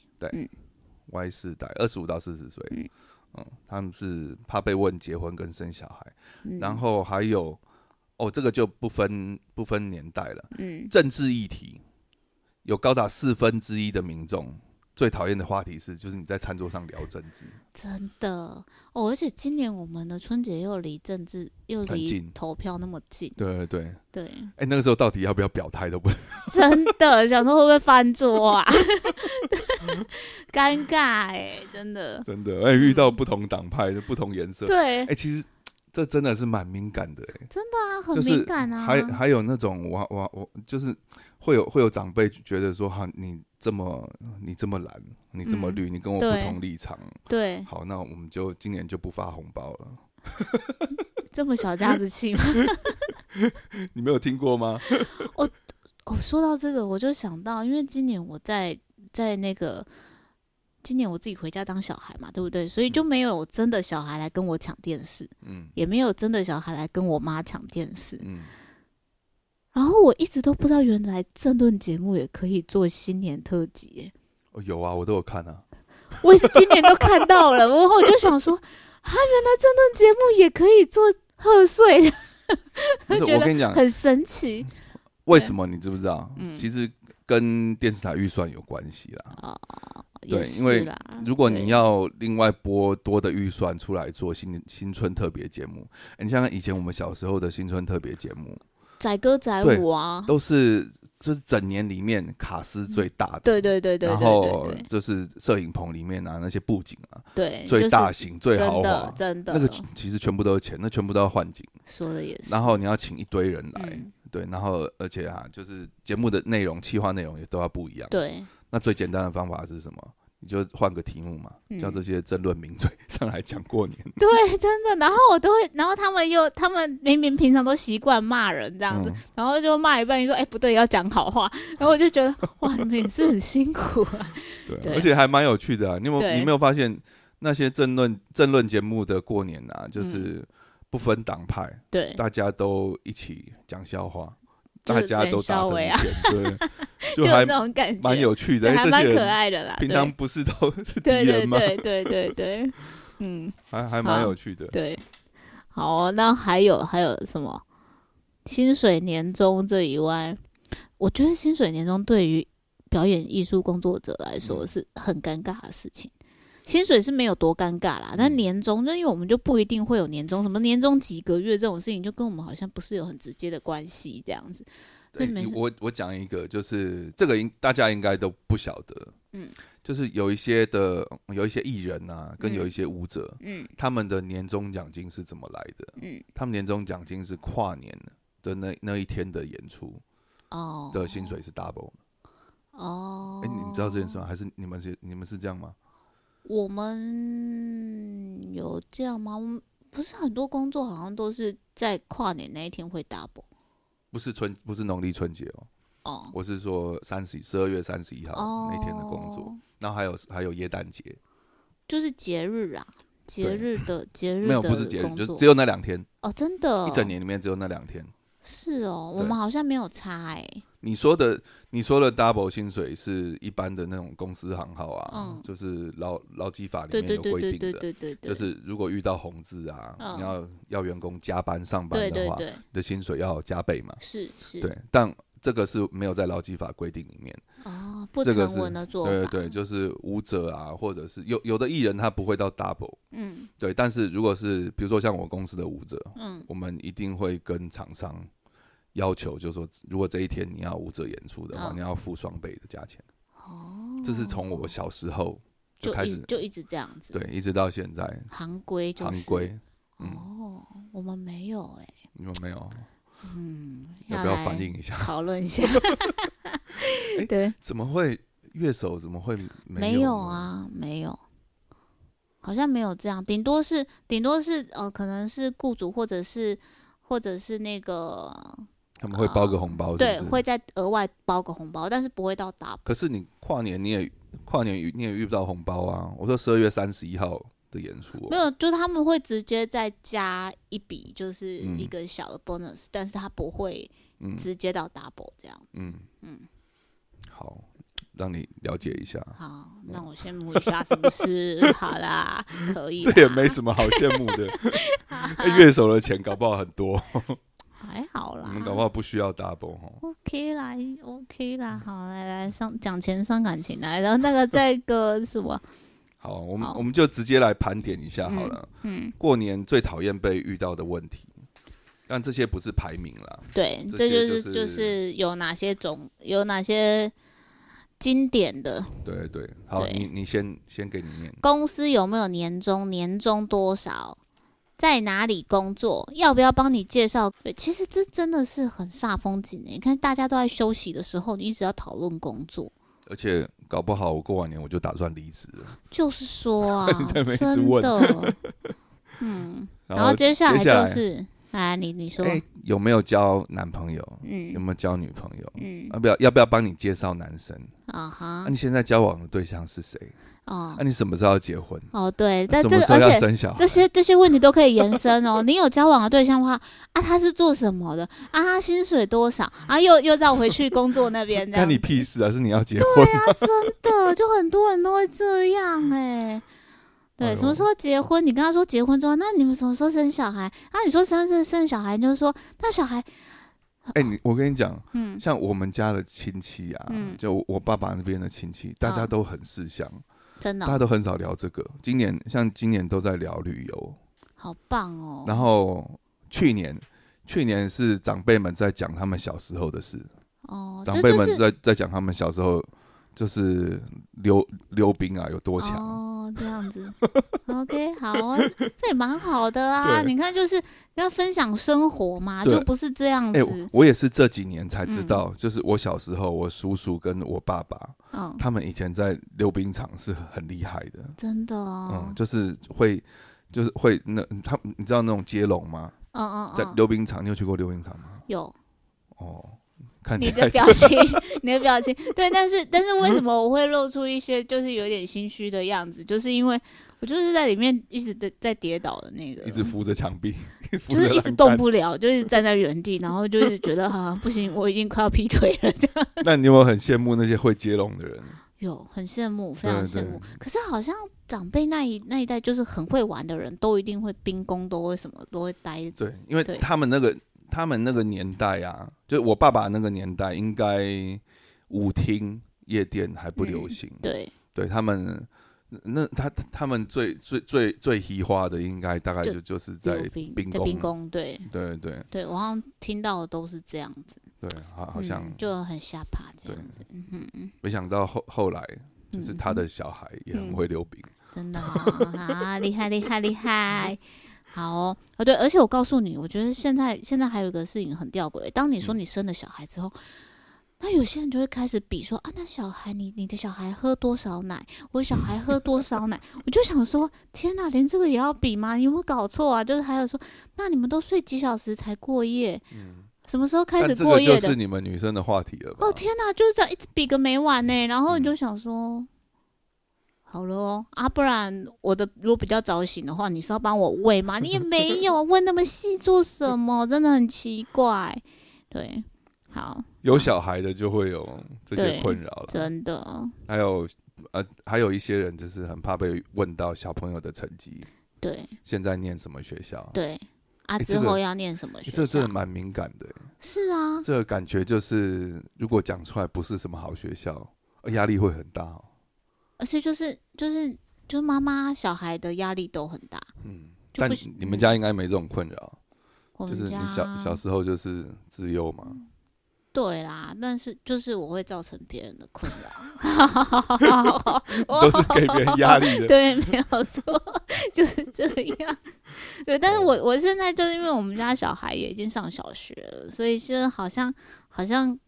Speaker 2: Y 世代二十五到四十岁，
Speaker 3: 嗯
Speaker 2: 嗯他们是怕被问结婚跟生小孩，
Speaker 3: 嗯，
Speaker 2: 然后还有哦，这个就不分不分年代了，
Speaker 3: 嗯，
Speaker 2: 政治议题有高达四分之一的民众。最讨厌的话题是，就是你在餐桌上聊政治，
Speaker 3: 真的哦，而且今年我们的春节又离政治又
Speaker 2: 很
Speaker 3: 离
Speaker 2: 近
Speaker 3: 投票那么近，
Speaker 2: 对对对，
Speaker 3: 对，
Speaker 2: 哎、那个时候到底要不要表态都不
Speaker 3: 真的想说会不会翻桌啊？ 尴尬哎、真的，
Speaker 2: 真的，哎、遇到不同党派的不同颜色，
Speaker 3: 对
Speaker 2: 哎、，其实这真的是蛮敏感的、哎，
Speaker 3: 那很
Speaker 2: 就是
Speaker 3: 敏感啊，
Speaker 2: 还还有那种我我我就是会有会有长辈觉得说哈，你这么你这么蓝，你这么
Speaker 3: 嗯
Speaker 2: 绿，你跟我
Speaker 3: 对
Speaker 2: 不同立场，
Speaker 3: 对，
Speaker 2: 好，那我们就今年就不发红包了。
Speaker 3: 这么小家子气吗？
Speaker 2: 你没有听过吗？
Speaker 3: 哦，说到这个，我就想到，因为今年我在在那个，今年我自己回家当小孩嘛，对不对？所以就没有真的小孩来跟我抢电视，
Speaker 2: 嗯
Speaker 3: 也没有真的小孩来跟我妈抢电视。
Speaker 2: 嗯，
Speaker 3: 然后我一直都不知道，原来政论节目也可以做新年特辑耶、
Speaker 2: 哦有啊，我都有看啊。
Speaker 3: 我也是今年都看到了，然后我就想说，啊，原来政论节目也可以做贺岁，
Speaker 2: 嗯 不是，
Speaker 3: 觉得
Speaker 2: 我跟你讲，
Speaker 3: 很神奇
Speaker 2: 为什么你知不知道？
Speaker 3: 嗯
Speaker 2: 其实跟电视台预算有关系啦。
Speaker 3: 哦。
Speaker 2: 对
Speaker 3: 也是
Speaker 2: 因为
Speaker 3: 啦
Speaker 2: 如果
Speaker 3: 嗯对
Speaker 2: 你要另外拨多的预算出来做新新春特别节目，欸诶你像以前我们小时候的新春特别节目，
Speaker 3: 哦载歌载
Speaker 2: 对
Speaker 3: 舞啊，
Speaker 2: 都是就是整年里面卡司最大的，
Speaker 3: 对对嗯对对对
Speaker 2: 然
Speaker 3: 对
Speaker 2: 后
Speaker 3: 对
Speaker 2: 就是摄影棚里面啊那些布景啊
Speaker 3: 对，就
Speaker 2: 最
Speaker 3: 是
Speaker 2: 大型最豪
Speaker 3: 真的
Speaker 2: 华，
Speaker 3: 真的，
Speaker 2: 那个其实全部都是钱，那全部都要换景，
Speaker 3: 说的也是。
Speaker 2: 然后你哎要请一堆人来，
Speaker 3: 嗯
Speaker 2: 对，然后而且啊就是节目的内容、企划内容也都要不一样，
Speaker 3: 对，
Speaker 2: 那最简单的方法是什么？你就换个题目嘛，
Speaker 3: 嗯
Speaker 2: 叫这些争论名嘴上来讲过年。
Speaker 3: 对，真的。然后我都会，然后他们又，他们明明平常都习惯骂人这样子，
Speaker 2: 嗯
Speaker 3: 然后就骂一半，就说：“哎、不对，要讲好话。”然后我就觉得，哇，你们也是很辛苦啊。
Speaker 2: 对啊，
Speaker 3: 对
Speaker 2: 而且还蛮有趣的啊。你有没有
Speaker 3: 对
Speaker 2: 你有没有发现那些争论争论节目的过年啊，就是不分党派，
Speaker 3: 嗯对，
Speaker 2: 大家都一起讲笑话，
Speaker 3: 就
Speaker 2: 大
Speaker 3: 是
Speaker 2: 家都打成一
Speaker 3: 冷
Speaker 2: 片， 对，
Speaker 3: 就
Speaker 2: 就
Speaker 3: 有
Speaker 2: 还
Speaker 3: 那种感觉，
Speaker 2: 蛮有趣的。
Speaker 3: 对，还
Speaker 2: 哎这
Speaker 3: 蛮
Speaker 2: 些
Speaker 3: 可
Speaker 2: 人
Speaker 3: 爱的啦。
Speaker 2: 平常不是都 是敌
Speaker 3: 对对
Speaker 2: 人吗？
Speaker 3: 对对对对对，嗯，
Speaker 2: 还还蛮
Speaker 3: 好
Speaker 2: 有趣的。
Speaker 3: 对。好、哦，那还有还有什么？薪水年终这以外，我觉得薪水年终对于表演艺术工作者来说
Speaker 2: 嗯
Speaker 3: 是很尴尬的事情。薪水是没有多尴尬啦，但
Speaker 2: 嗯
Speaker 3: 年终，那因为我们就不一定会有年终，什么年终几个月这种事情，就跟我们好像不是有很直接的关系这样子。
Speaker 2: 对，
Speaker 3: 对没
Speaker 2: 哎你
Speaker 3: 事
Speaker 2: 我我讲一个，就是这个应大家应该都不晓得，
Speaker 3: 嗯
Speaker 2: 嗯，就是有一些的有一些艺人啊，跟
Speaker 3: 嗯
Speaker 2: 有一些舞者，
Speaker 3: 嗯
Speaker 2: 他们的年终奖金是怎么来的？
Speaker 3: 嗯，
Speaker 2: 他们年终奖金是跨年的那那一天的演出
Speaker 3: 哦
Speaker 2: 的薪水是 double 的。
Speaker 3: 哦，
Speaker 2: 哎、你知道这件事吗？还是你们是你们是这样吗？
Speaker 3: 我们有这样吗？我们不是很多工作好像都是在跨年那一天会 double
Speaker 2: 不是春，不是农历春节哦，
Speaker 3: 哦。
Speaker 2: 我是说三十十二月三十一号
Speaker 3: 哦，
Speaker 2: 那天的工作，然后还有还有耶诞节，
Speaker 3: 就是节日啊，节
Speaker 2: 对
Speaker 3: 日 的节日
Speaker 2: 没有
Speaker 3: 的
Speaker 2: 不是节日，
Speaker 3: 工
Speaker 2: 就
Speaker 3: 作
Speaker 2: 只有那两天，
Speaker 3: 哦，真的
Speaker 2: 一整年里面只有那两天。
Speaker 3: 是哦，我
Speaker 2: 对
Speaker 3: 们好像没有差哎、
Speaker 2: 你说的你说的 double 薪水是一般的那种公司行号啊，
Speaker 3: 嗯
Speaker 2: 就是劳劳基法里
Speaker 3: 对
Speaker 2: 面
Speaker 3: 对
Speaker 2: 有
Speaker 3: 对
Speaker 2: 规
Speaker 3: 对
Speaker 2: 定的，
Speaker 3: 对对对对，
Speaker 2: 就是如果遇到红字啊，
Speaker 3: 嗯
Speaker 2: 你要要员工加班上班
Speaker 3: 对
Speaker 2: 的
Speaker 3: 对
Speaker 2: 话，
Speaker 3: 对
Speaker 2: 你的薪水要加倍嘛。
Speaker 3: 是是
Speaker 2: 对，但这个是没有在劳基法规定里面。
Speaker 3: 哦，不
Speaker 2: 这个
Speaker 3: 成
Speaker 2: 是
Speaker 3: 文的做法，
Speaker 2: 对对对，就是舞者啊，或者是有有的艺人他不会到 double，
Speaker 3: 嗯
Speaker 2: 对，但是如果是比如说像我公司的舞者，
Speaker 3: 嗯
Speaker 2: 我们一定会跟厂商要求，就是说，如果这一天你要舞者演出的话，
Speaker 3: 嗯
Speaker 2: 你要付双倍的价钱。
Speaker 3: 哦，
Speaker 2: 这是从我小时候就
Speaker 3: 就
Speaker 2: 开
Speaker 3: 一
Speaker 2: 始
Speaker 3: 直，就一直这样子，，
Speaker 2: 对，一直到现在
Speaker 3: 行规就
Speaker 2: 行
Speaker 3: 是
Speaker 2: 规。嗯，
Speaker 3: 哦，我们没有哎、
Speaker 2: 你们没有？
Speaker 3: 嗯，
Speaker 2: 要不要
Speaker 3: 来
Speaker 2: 反映一下？
Speaker 3: 讨论一下
Speaker 2: 诶？
Speaker 3: 对，
Speaker 2: 怎么会乐手怎么会没
Speaker 3: 没有
Speaker 2: 呢？
Speaker 3: 啊，没有，好像没有这样，顶多是顶多是呃，可能是雇主或者是或者是那个
Speaker 2: 他们会包个红包哦是不
Speaker 3: 呃对，
Speaker 2: 是
Speaker 3: 会。再额外包个红包，但是不会到 double。
Speaker 2: 可是你跨年你也跨年你也遇不到红包啊！我说十二月三十一号的演出哦、
Speaker 3: 没有，就是他们会直接再加一笔，就是
Speaker 2: 嗯
Speaker 3: 一个小的 bonus，、但是他不会
Speaker 2: 嗯
Speaker 3: 直接到 double 这样。
Speaker 2: 嗯
Speaker 3: 嗯
Speaker 2: 嗯，好，让你了解一下。
Speaker 3: 好，那我羡慕一下什么事？ 好啦，可以 啦。
Speaker 2: 这也没什么好羡慕 的。哎乐手的钱搞不好很多，
Speaker 3: 还好
Speaker 2: 我
Speaker 3: 啦。
Speaker 2: 们搞不好不需要 double 哦哈。
Speaker 3: OK 啦，OK
Speaker 2: 嗯
Speaker 3: 啦，好，来来上讲钱伤感情来，然后那 个再一个是我，
Speaker 2: 好，我们
Speaker 3: 好
Speaker 2: 我们就直接来盘点一下好了。
Speaker 3: 嗯，
Speaker 2: 过年最讨厌被遇到的问题，但这些不是排名啦，
Speaker 3: 对，这
Speaker 2: 这
Speaker 3: 就
Speaker 2: 些
Speaker 3: 是
Speaker 2: 就是
Speaker 3: 就是有哪些种，有哪些经典的
Speaker 2: 对对。好，
Speaker 3: 对
Speaker 2: 你你先先给你念。
Speaker 3: 公司有没有年终，年终多少，在哪里工作，要不要帮你介绍？对其实这真的是很煞风景欸诶，你看大家都在休息的时候，你一直要讨论工作，
Speaker 2: 而且搞不好我过完年我就打算离职了，，
Speaker 3: 就是说啊
Speaker 2: 在那边一直
Speaker 3: 真
Speaker 2: 问
Speaker 3: 的，嗯，
Speaker 2: 然
Speaker 3: 然后接下来
Speaker 2: 接下
Speaker 3: 就
Speaker 2: 来
Speaker 3: 是，哎，你你说。
Speaker 2: 哎，有没有交男朋友，有
Speaker 3: 嗯
Speaker 2: 没有交女朋友，啊
Speaker 3: 嗯
Speaker 2: 要不要要不要帮你介绍男生？
Speaker 3: 啊
Speaker 2: 那、
Speaker 3: 哈
Speaker 2: 你现在交往的对象是谁？
Speaker 3: 哦
Speaker 2: 那、你什么时候要结婚？
Speaker 3: 哦对，但
Speaker 2: 啊什
Speaker 3: 这
Speaker 2: 么
Speaker 3: 个
Speaker 2: 时候
Speaker 3: 而
Speaker 2: 要
Speaker 3: 且
Speaker 2: 生小孩？
Speaker 3: 这些这些问题都可以延伸哦。你有交往的对象的话啊，他是做什么的啊？他薪水多少啊？又又绕回去工作那 边这样
Speaker 2: 干
Speaker 3: 子，
Speaker 2: 你屁事啊！是你要结婚？
Speaker 3: 啊，真的，就很多人都会这样 哎、
Speaker 2: 哎
Speaker 3: 对，
Speaker 2: 呦
Speaker 3: 什么时候结婚？你跟他说结婚之后，那你们什么时候生小孩？啊，你说生生生小孩，你就是说那小孩，啊
Speaker 2: 哎、你我跟你讲，
Speaker 3: 嗯
Speaker 2: 像我们家的亲戚啊，
Speaker 3: 嗯
Speaker 2: 就我爸爸那边的亲戚，大家
Speaker 3: 嗯
Speaker 2: 都很识相，
Speaker 3: 真的
Speaker 2: 大
Speaker 3: 哦、
Speaker 2: 家都很少聊这个。今年像今年都在聊旅游，
Speaker 3: 好棒哦。
Speaker 2: 然后去年去年是长辈们在讲他们小时候的事，
Speaker 3: 哦，
Speaker 2: 长
Speaker 3: 这
Speaker 2: 辈
Speaker 3: 就
Speaker 2: 们
Speaker 3: 是
Speaker 2: 在在讲他们小时候就是溜溜冰啊有多强。
Speaker 3: 哦，这样 子，OK，好啊，这也蛮好的啊。
Speaker 2: 对
Speaker 3: 你看，就是要分享生活嘛，
Speaker 2: 对
Speaker 3: 就不是这样
Speaker 2: 哎、
Speaker 3: 子。
Speaker 2: 我也是这几年才知道，就是我小时候，我叔叔跟我爸爸，
Speaker 3: 嗯，
Speaker 2: 他们以前在溜冰场是很厉害的。
Speaker 3: 真的哦
Speaker 2: 嗯，，就是会，就是会那他们你知道那种接龙吗？
Speaker 3: 嗯嗯
Speaker 2: 在
Speaker 3: 嗯，
Speaker 2: 溜冰场，你有去过溜冰场吗？
Speaker 3: 有
Speaker 2: 哦，看
Speaker 3: 你
Speaker 2: 起
Speaker 3: 的
Speaker 2: 来
Speaker 3: 表情，你的表情，对，但是但是为 什么我会露出一些就是有点心虚的样子？就是因为我就是在里面一直在在跌倒的那个，
Speaker 2: 一直扶着墙 壁，扶
Speaker 3: 就是
Speaker 2: 着
Speaker 3: 一直
Speaker 2: 栏
Speaker 3: 动
Speaker 2: 杆。
Speaker 3: 不了，就是站在原地，然后就是觉得啊不行，我已经快要劈腿了，这样
Speaker 2: 那你有没有很羡慕那些会接龙的人？
Speaker 3: 有很羡慕，非常
Speaker 2: 对
Speaker 3: 羡
Speaker 2: 对
Speaker 3: 慕。可是好像长辈那一那一代就是很会玩的人，都一定会冰宫，都会什么都会待。
Speaker 2: 对，因为
Speaker 3: 对
Speaker 2: 他们那个他们那个年代啊，就是我爸爸那个年代，应该舞厅夜店还不流行。
Speaker 3: 嗯对，
Speaker 2: 对他们，那他他们最最最最嘻花的，应该大概
Speaker 3: 就
Speaker 2: 就就是在
Speaker 3: 溜冰
Speaker 2: 冰
Speaker 3: 在
Speaker 2: 宫
Speaker 3: 冰。宫，对
Speaker 2: 对对
Speaker 3: 对，我好像听到的都是这样子，
Speaker 2: 对，好好像
Speaker 3: 嗯、就很吓怕这
Speaker 2: 对
Speaker 3: 样子，嗯嗯嗯。
Speaker 2: 没想到后后来就是
Speaker 3: 嗯
Speaker 2: 他的小孩也很会溜冰，
Speaker 3: 真的哦、 啊，厉害厉害厉害！好哦，哦对，而且我告诉你，我觉得现在现在还有一个事情很吊诡，当你说
Speaker 2: 嗯
Speaker 3: 你生了小孩之后，那有些人就会开始比说啊，那小孩你你的小孩喝多少奶，我小孩喝多少奶， 我就想说，天哪，连这个也要比吗？你有没有搞错啊？就是还有说，那你们都睡几小时才过夜？什么时候开
Speaker 2: 嗯但
Speaker 3: 始
Speaker 2: 这
Speaker 3: 过
Speaker 2: 个就
Speaker 3: 夜的
Speaker 2: 是？你们女生的话题了吧？
Speaker 3: 哦天哪，就是这样一直比个没完呢。然后
Speaker 2: 嗯
Speaker 3: 你就想说，好了哦啊，不然我的如果比较早醒的话，你是要帮我喂 吗？你也没有啊问那么细做什么，真的很奇怪。对，好，
Speaker 2: 有小孩的就会有这些
Speaker 3: 对
Speaker 2: 困扰了，
Speaker 3: 真的
Speaker 2: 还有呃，还有一些人就是很怕被问到小朋友的成绩，
Speaker 3: 对
Speaker 2: 现在念什么学校？
Speaker 3: 对啊，
Speaker 2: 诶
Speaker 3: 之
Speaker 2: 这个
Speaker 3: 后要念什么
Speaker 2: 诶
Speaker 3: 学
Speaker 2: 这
Speaker 3: 校？
Speaker 2: 真的蛮敏感的，欸
Speaker 3: 是啊，
Speaker 2: 这个感觉就是如果讲出来不是什么好学校，呃压力会很大哦。
Speaker 3: 而且就是就是就是妈妈小孩的压力都很大。
Speaker 2: 嗯，
Speaker 3: 就
Speaker 2: 但
Speaker 3: 不是
Speaker 2: 你们家应该没这种困扰，
Speaker 3: 我
Speaker 2: 就
Speaker 3: 们
Speaker 2: 是你
Speaker 3: 家
Speaker 2: 小小时候就是自幼嘛，
Speaker 3: 对啦，但是就是我会造成别人的 困扰，
Speaker 2: 都是给别人压力的。
Speaker 3: 对，没有错，就是这样。对，但是
Speaker 2: 哦
Speaker 3: 我我现在就是因为我们家小孩也已经上小学了，所以现在好像好像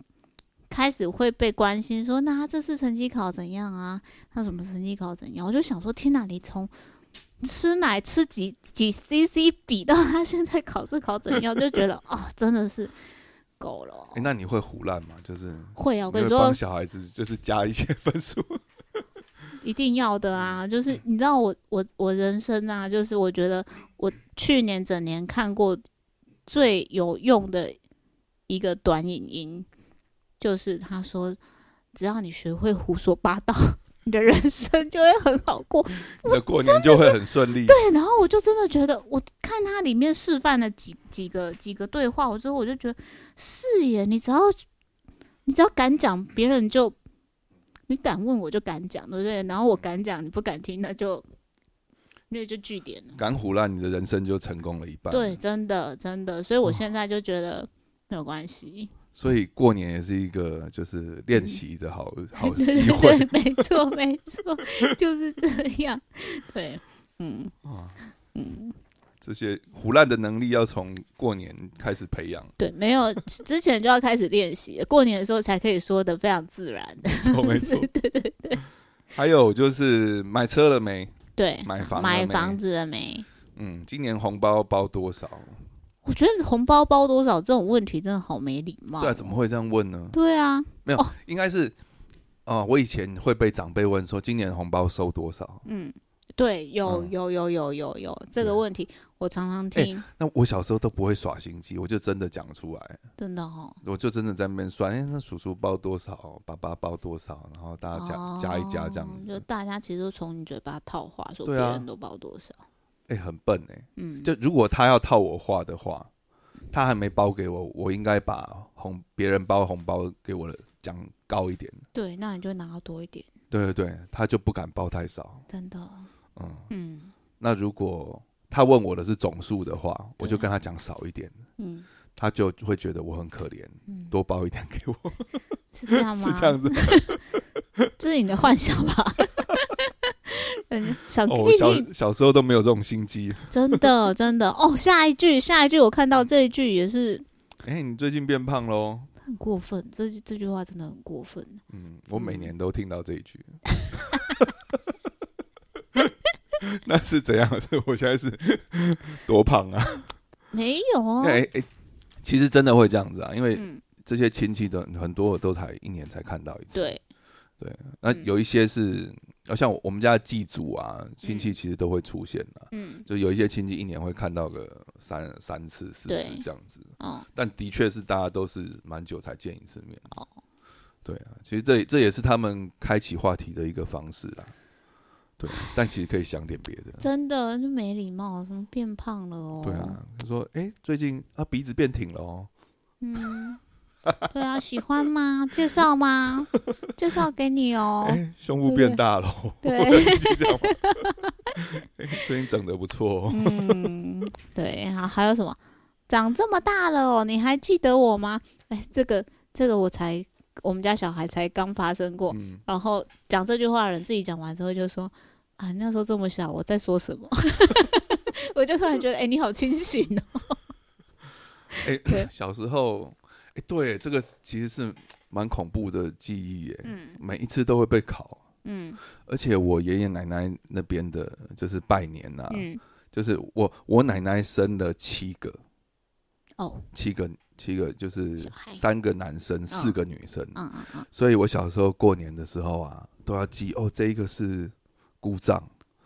Speaker 3: 开始会被关心说，那他这次成绩考怎样啊？他什么成绩考怎样？我就想说，天哪，你从吃奶吃几几 CC 比到他现在考试考怎样，就觉得哦，真的是够了哦。
Speaker 2: 诶哎那你会胡乱吗？就是
Speaker 3: 会啊，我
Speaker 2: 哦你会
Speaker 3: 跟你
Speaker 2: 帮
Speaker 3: 说，
Speaker 2: 小孩子就是加一些 分数，
Speaker 3: 一定要的啊！就是你知道我我我人生啊，就是我觉得我去年整年看过最有用的一个短影音，就是他说，只要你学会胡说八道， 你的人生就会很好过。
Speaker 2: 你的过年就会很顺利。
Speaker 3: 对，然后我就真的觉得，我看他里面示范了几几个几个对话，我之后我就觉得是耶，你只要你只要敢讲，别人就你敢问我就敢讲，对不对？然后我敢讲，你不敢听，那就那就据点了。
Speaker 2: 敢胡乱，你的人生就成功了一半。
Speaker 3: 对，，真的真的，所以我
Speaker 2: 哦
Speaker 3: 现在就觉得没有关系，
Speaker 2: 所以过年也是一个就是练习的好 好
Speaker 3: 对
Speaker 2: 机
Speaker 3: 对
Speaker 2: 会
Speaker 3: 对，没错没错，就是这样，对，嗯
Speaker 2: 啊。
Speaker 3: 嗯。
Speaker 2: 这些胡乱的能力要从过年开始培 养，
Speaker 3: 对，没有之前就要开始练习了，过年的时候才可以说的非常自然。
Speaker 2: 没错没错。对对对。还有就是买车了没？
Speaker 3: 对，
Speaker 2: 买房了
Speaker 3: 买
Speaker 2: 没
Speaker 3: 房子了没？
Speaker 2: 嗯，今年红包包多少？
Speaker 3: 我觉得红包包多少这种问题真的好没礼貌。
Speaker 2: 对啊，怎么会这样问呢？
Speaker 3: 对啊，
Speaker 2: 没有
Speaker 3: 哦，
Speaker 2: 应该是，哦，我以前会被长辈问说今年红包收多少。
Speaker 3: 嗯，对，有
Speaker 2: 嗯
Speaker 3: 有有有有有这个
Speaker 2: 对哎
Speaker 3: 问题，我常常听，
Speaker 2: 那我小时候都不会耍心机，我就真的讲出来，
Speaker 3: 真的哦。
Speaker 2: 我就真的在那边算，哎、那叔叔包多少，爸爸包多少，然后大家啊加、
Speaker 3: 哦
Speaker 2: 加一加这样
Speaker 3: 就
Speaker 2: 子。
Speaker 3: 大家其实都从你嘴巴套话，说别
Speaker 2: 对啊
Speaker 3: 人都包多少，
Speaker 2: 哎、很笨哎、
Speaker 3: 嗯，
Speaker 2: 就如果他要套我话的话，他还没包给我，我应该把红别人包红包给我的讲高一点。
Speaker 3: 对，那你就拿多一点，
Speaker 2: 对对对，他就不敢包太少。
Speaker 3: 真的，
Speaker 2: 嗯，
Speaker 3: 嗯
Speaker 2: 那如果他问我的是总数的话，我就
Speaker 3: 对
Speaker 2: 跟他讲少一点，
Speaker 3: 嗯
Speaker 2: 他就会觉得我很可怜，
Speaker 3: 嗯，
Speaker 2: 多包一点给我，
Speaker 3: 是这样 吗？
Speaker 2: 是这样子。
Speaker 3: 这是你的幻想吧？ 嗯，小
Speaker 2: 哦，我
Speaker 3: 弟弟
Speaker 2: 小小时候都没有这种心机。
Speaker 3: 真的真的哦，下一句下一句，我看到这一句也是
Speaker 2: 哎、你最近变胖喽？
Speaker 3: 很过分，这句这句话真的很过分。
Speaker 2: 嗯，我每
Speaker 3: 嗯
Speaker 2: 年都听到这一句。 那是怎样？是我现在是多胖啊？
Speaker 3: 没有啊，
Speaker 2: 哎、哎、其实真的会这样子啊，因为
Speaker 3: 嗯，
Speaker 2: 这些亲戚的很多我都才一年才看到一次。
Speaker 3: 对，
Speaker 2: 那
Speaker 3: 嗯
Speaker 2: 有一些是，呃像我们家的祭祖啊，亲戚其实都会出现啊。
Speaker 3: 嗯，
Speaker 2: 就有一些亲戚一年会看到个三三次、四
Speaker 3: 对
Speaker 2: 次这样子，
Speaker 3: 哦，
Speaker 2: 但的确是大家都是蛮久才见一次面。
Speaker 3: 哦，
Speaker 2: 对啊，其实这这也是他们开启话题的一个方式啦。 对，但其实可以想点别的。
Speaker 3: 真的就没礼貌，怎么变胖了哦？
Speaker 2: 对啊，他说：“哎、最近啊鼻子变挺了哦。
Speaker 3: 嗯，对啊，喜欢吗？介绍吗？介绍给你哦
Speaker 2: 哎、。胸部变大了哦。
Speaker 3: 对
Speaker 2: 就这样吗。哎最近整的不错、哦。
Speaker 3: 嗯，对，好，还有什么？长这么大了哦，你还记得我吗？哎，这个这个我才，我们家小孩才刚发生过。
Speaker 2: 嗯，
Speaker 3: 然后讲这句话的人自己讲完之后就说：“啊，那时候这么小，我在 说什么？” 我就突然觉得，哎、你好清醒哦。
Speaker 2: 哎、
Speaker 3: 对
Speaker 2: 小时候，哎、对，这个其实是蛮恐怖的记忆耶。
Speaker 3: 嗯
Speaker 2: 每一次都会被考，
Speaker 3: 嗯
Speaker 2: 而且我爷爷奶奶那边的，就是拜年啊呐、
Speaker 3: 嗯，
Speaker 2: 就是我我奶奶生了七个，
Speaker 3: 哦，
Speaker 2: 七个七个就是
Speaker 3: 小孩
Speaker 2: 三个男生，四个女生，
Speaker 3: 嗯嗯嗯，
Speaker 2: 所以我小时候过年的时候啊，都要记哦，这一个是姑丈、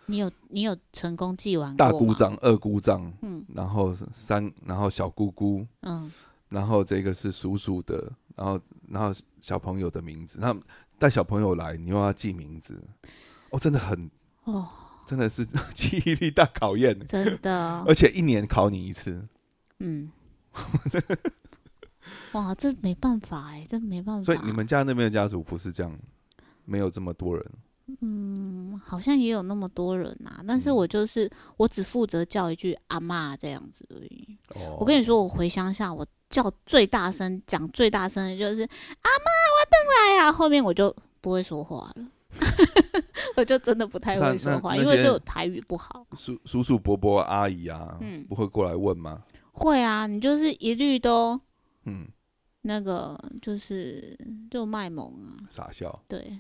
Speaker 3: 你有你有成功记完
Speaker 2: 大
Speaker 3: 过
Speaker 2: 姑
Speaker 3: 吗？
Speaker 2: 丈、二姑丈，
Speaker 3: 嗯
Speaker 2: 然后三，然后小姑姑，
Speaker 3: 嗯
Speaker 2: 然后这个是叔叔的，然后然后小朋友的名字，那带小朋友来，你又要记名字，哦，真的很
Speaker 3: 哦，
Speaker 2: 真的是 记忆力大考验呢，
Speaker 3: 真的
Speaker 2: 而且一年考你一次，
Speaker 3: 嗯，哇，这没办法哎，这没办法。
Speaker 2: 所以你们家那边的家族不是这样，没有这么多人，
Speaker 3: 嗯，好像也有那么多人啊，但是
Speaker 2: 嗯
Speaker 3: 我就是、我只负责叫一句阿嬷这样子而已。
Speaker 2: 哦，
Speaker 3: 我跟你说，我回乡下，我叫最大声、讲最大声的就是“阿妈，我等来啊”，后面我就不会说话了， 我就真的不太
Speaker 2: 那
Speaker 3: 会说
Speaker 2: 那
Speaker 3: 话，
Speaker 2: 那
Speaker 3: 因为
Speaker 2: 些
Speaker 3: 就台语不好。
Speaker 2: 叔叔叔伯伯阿姨啊，
Speaker 3: 嗯
Speaker 2: 不会过来问吗？
Speaker 3: 会啊，你就是一律都
Speaker 2: 嗯，
Speaker 3: 那个，就是就卖萌啊，
Speaker 2: 傻笑，
Speaker 3: 对。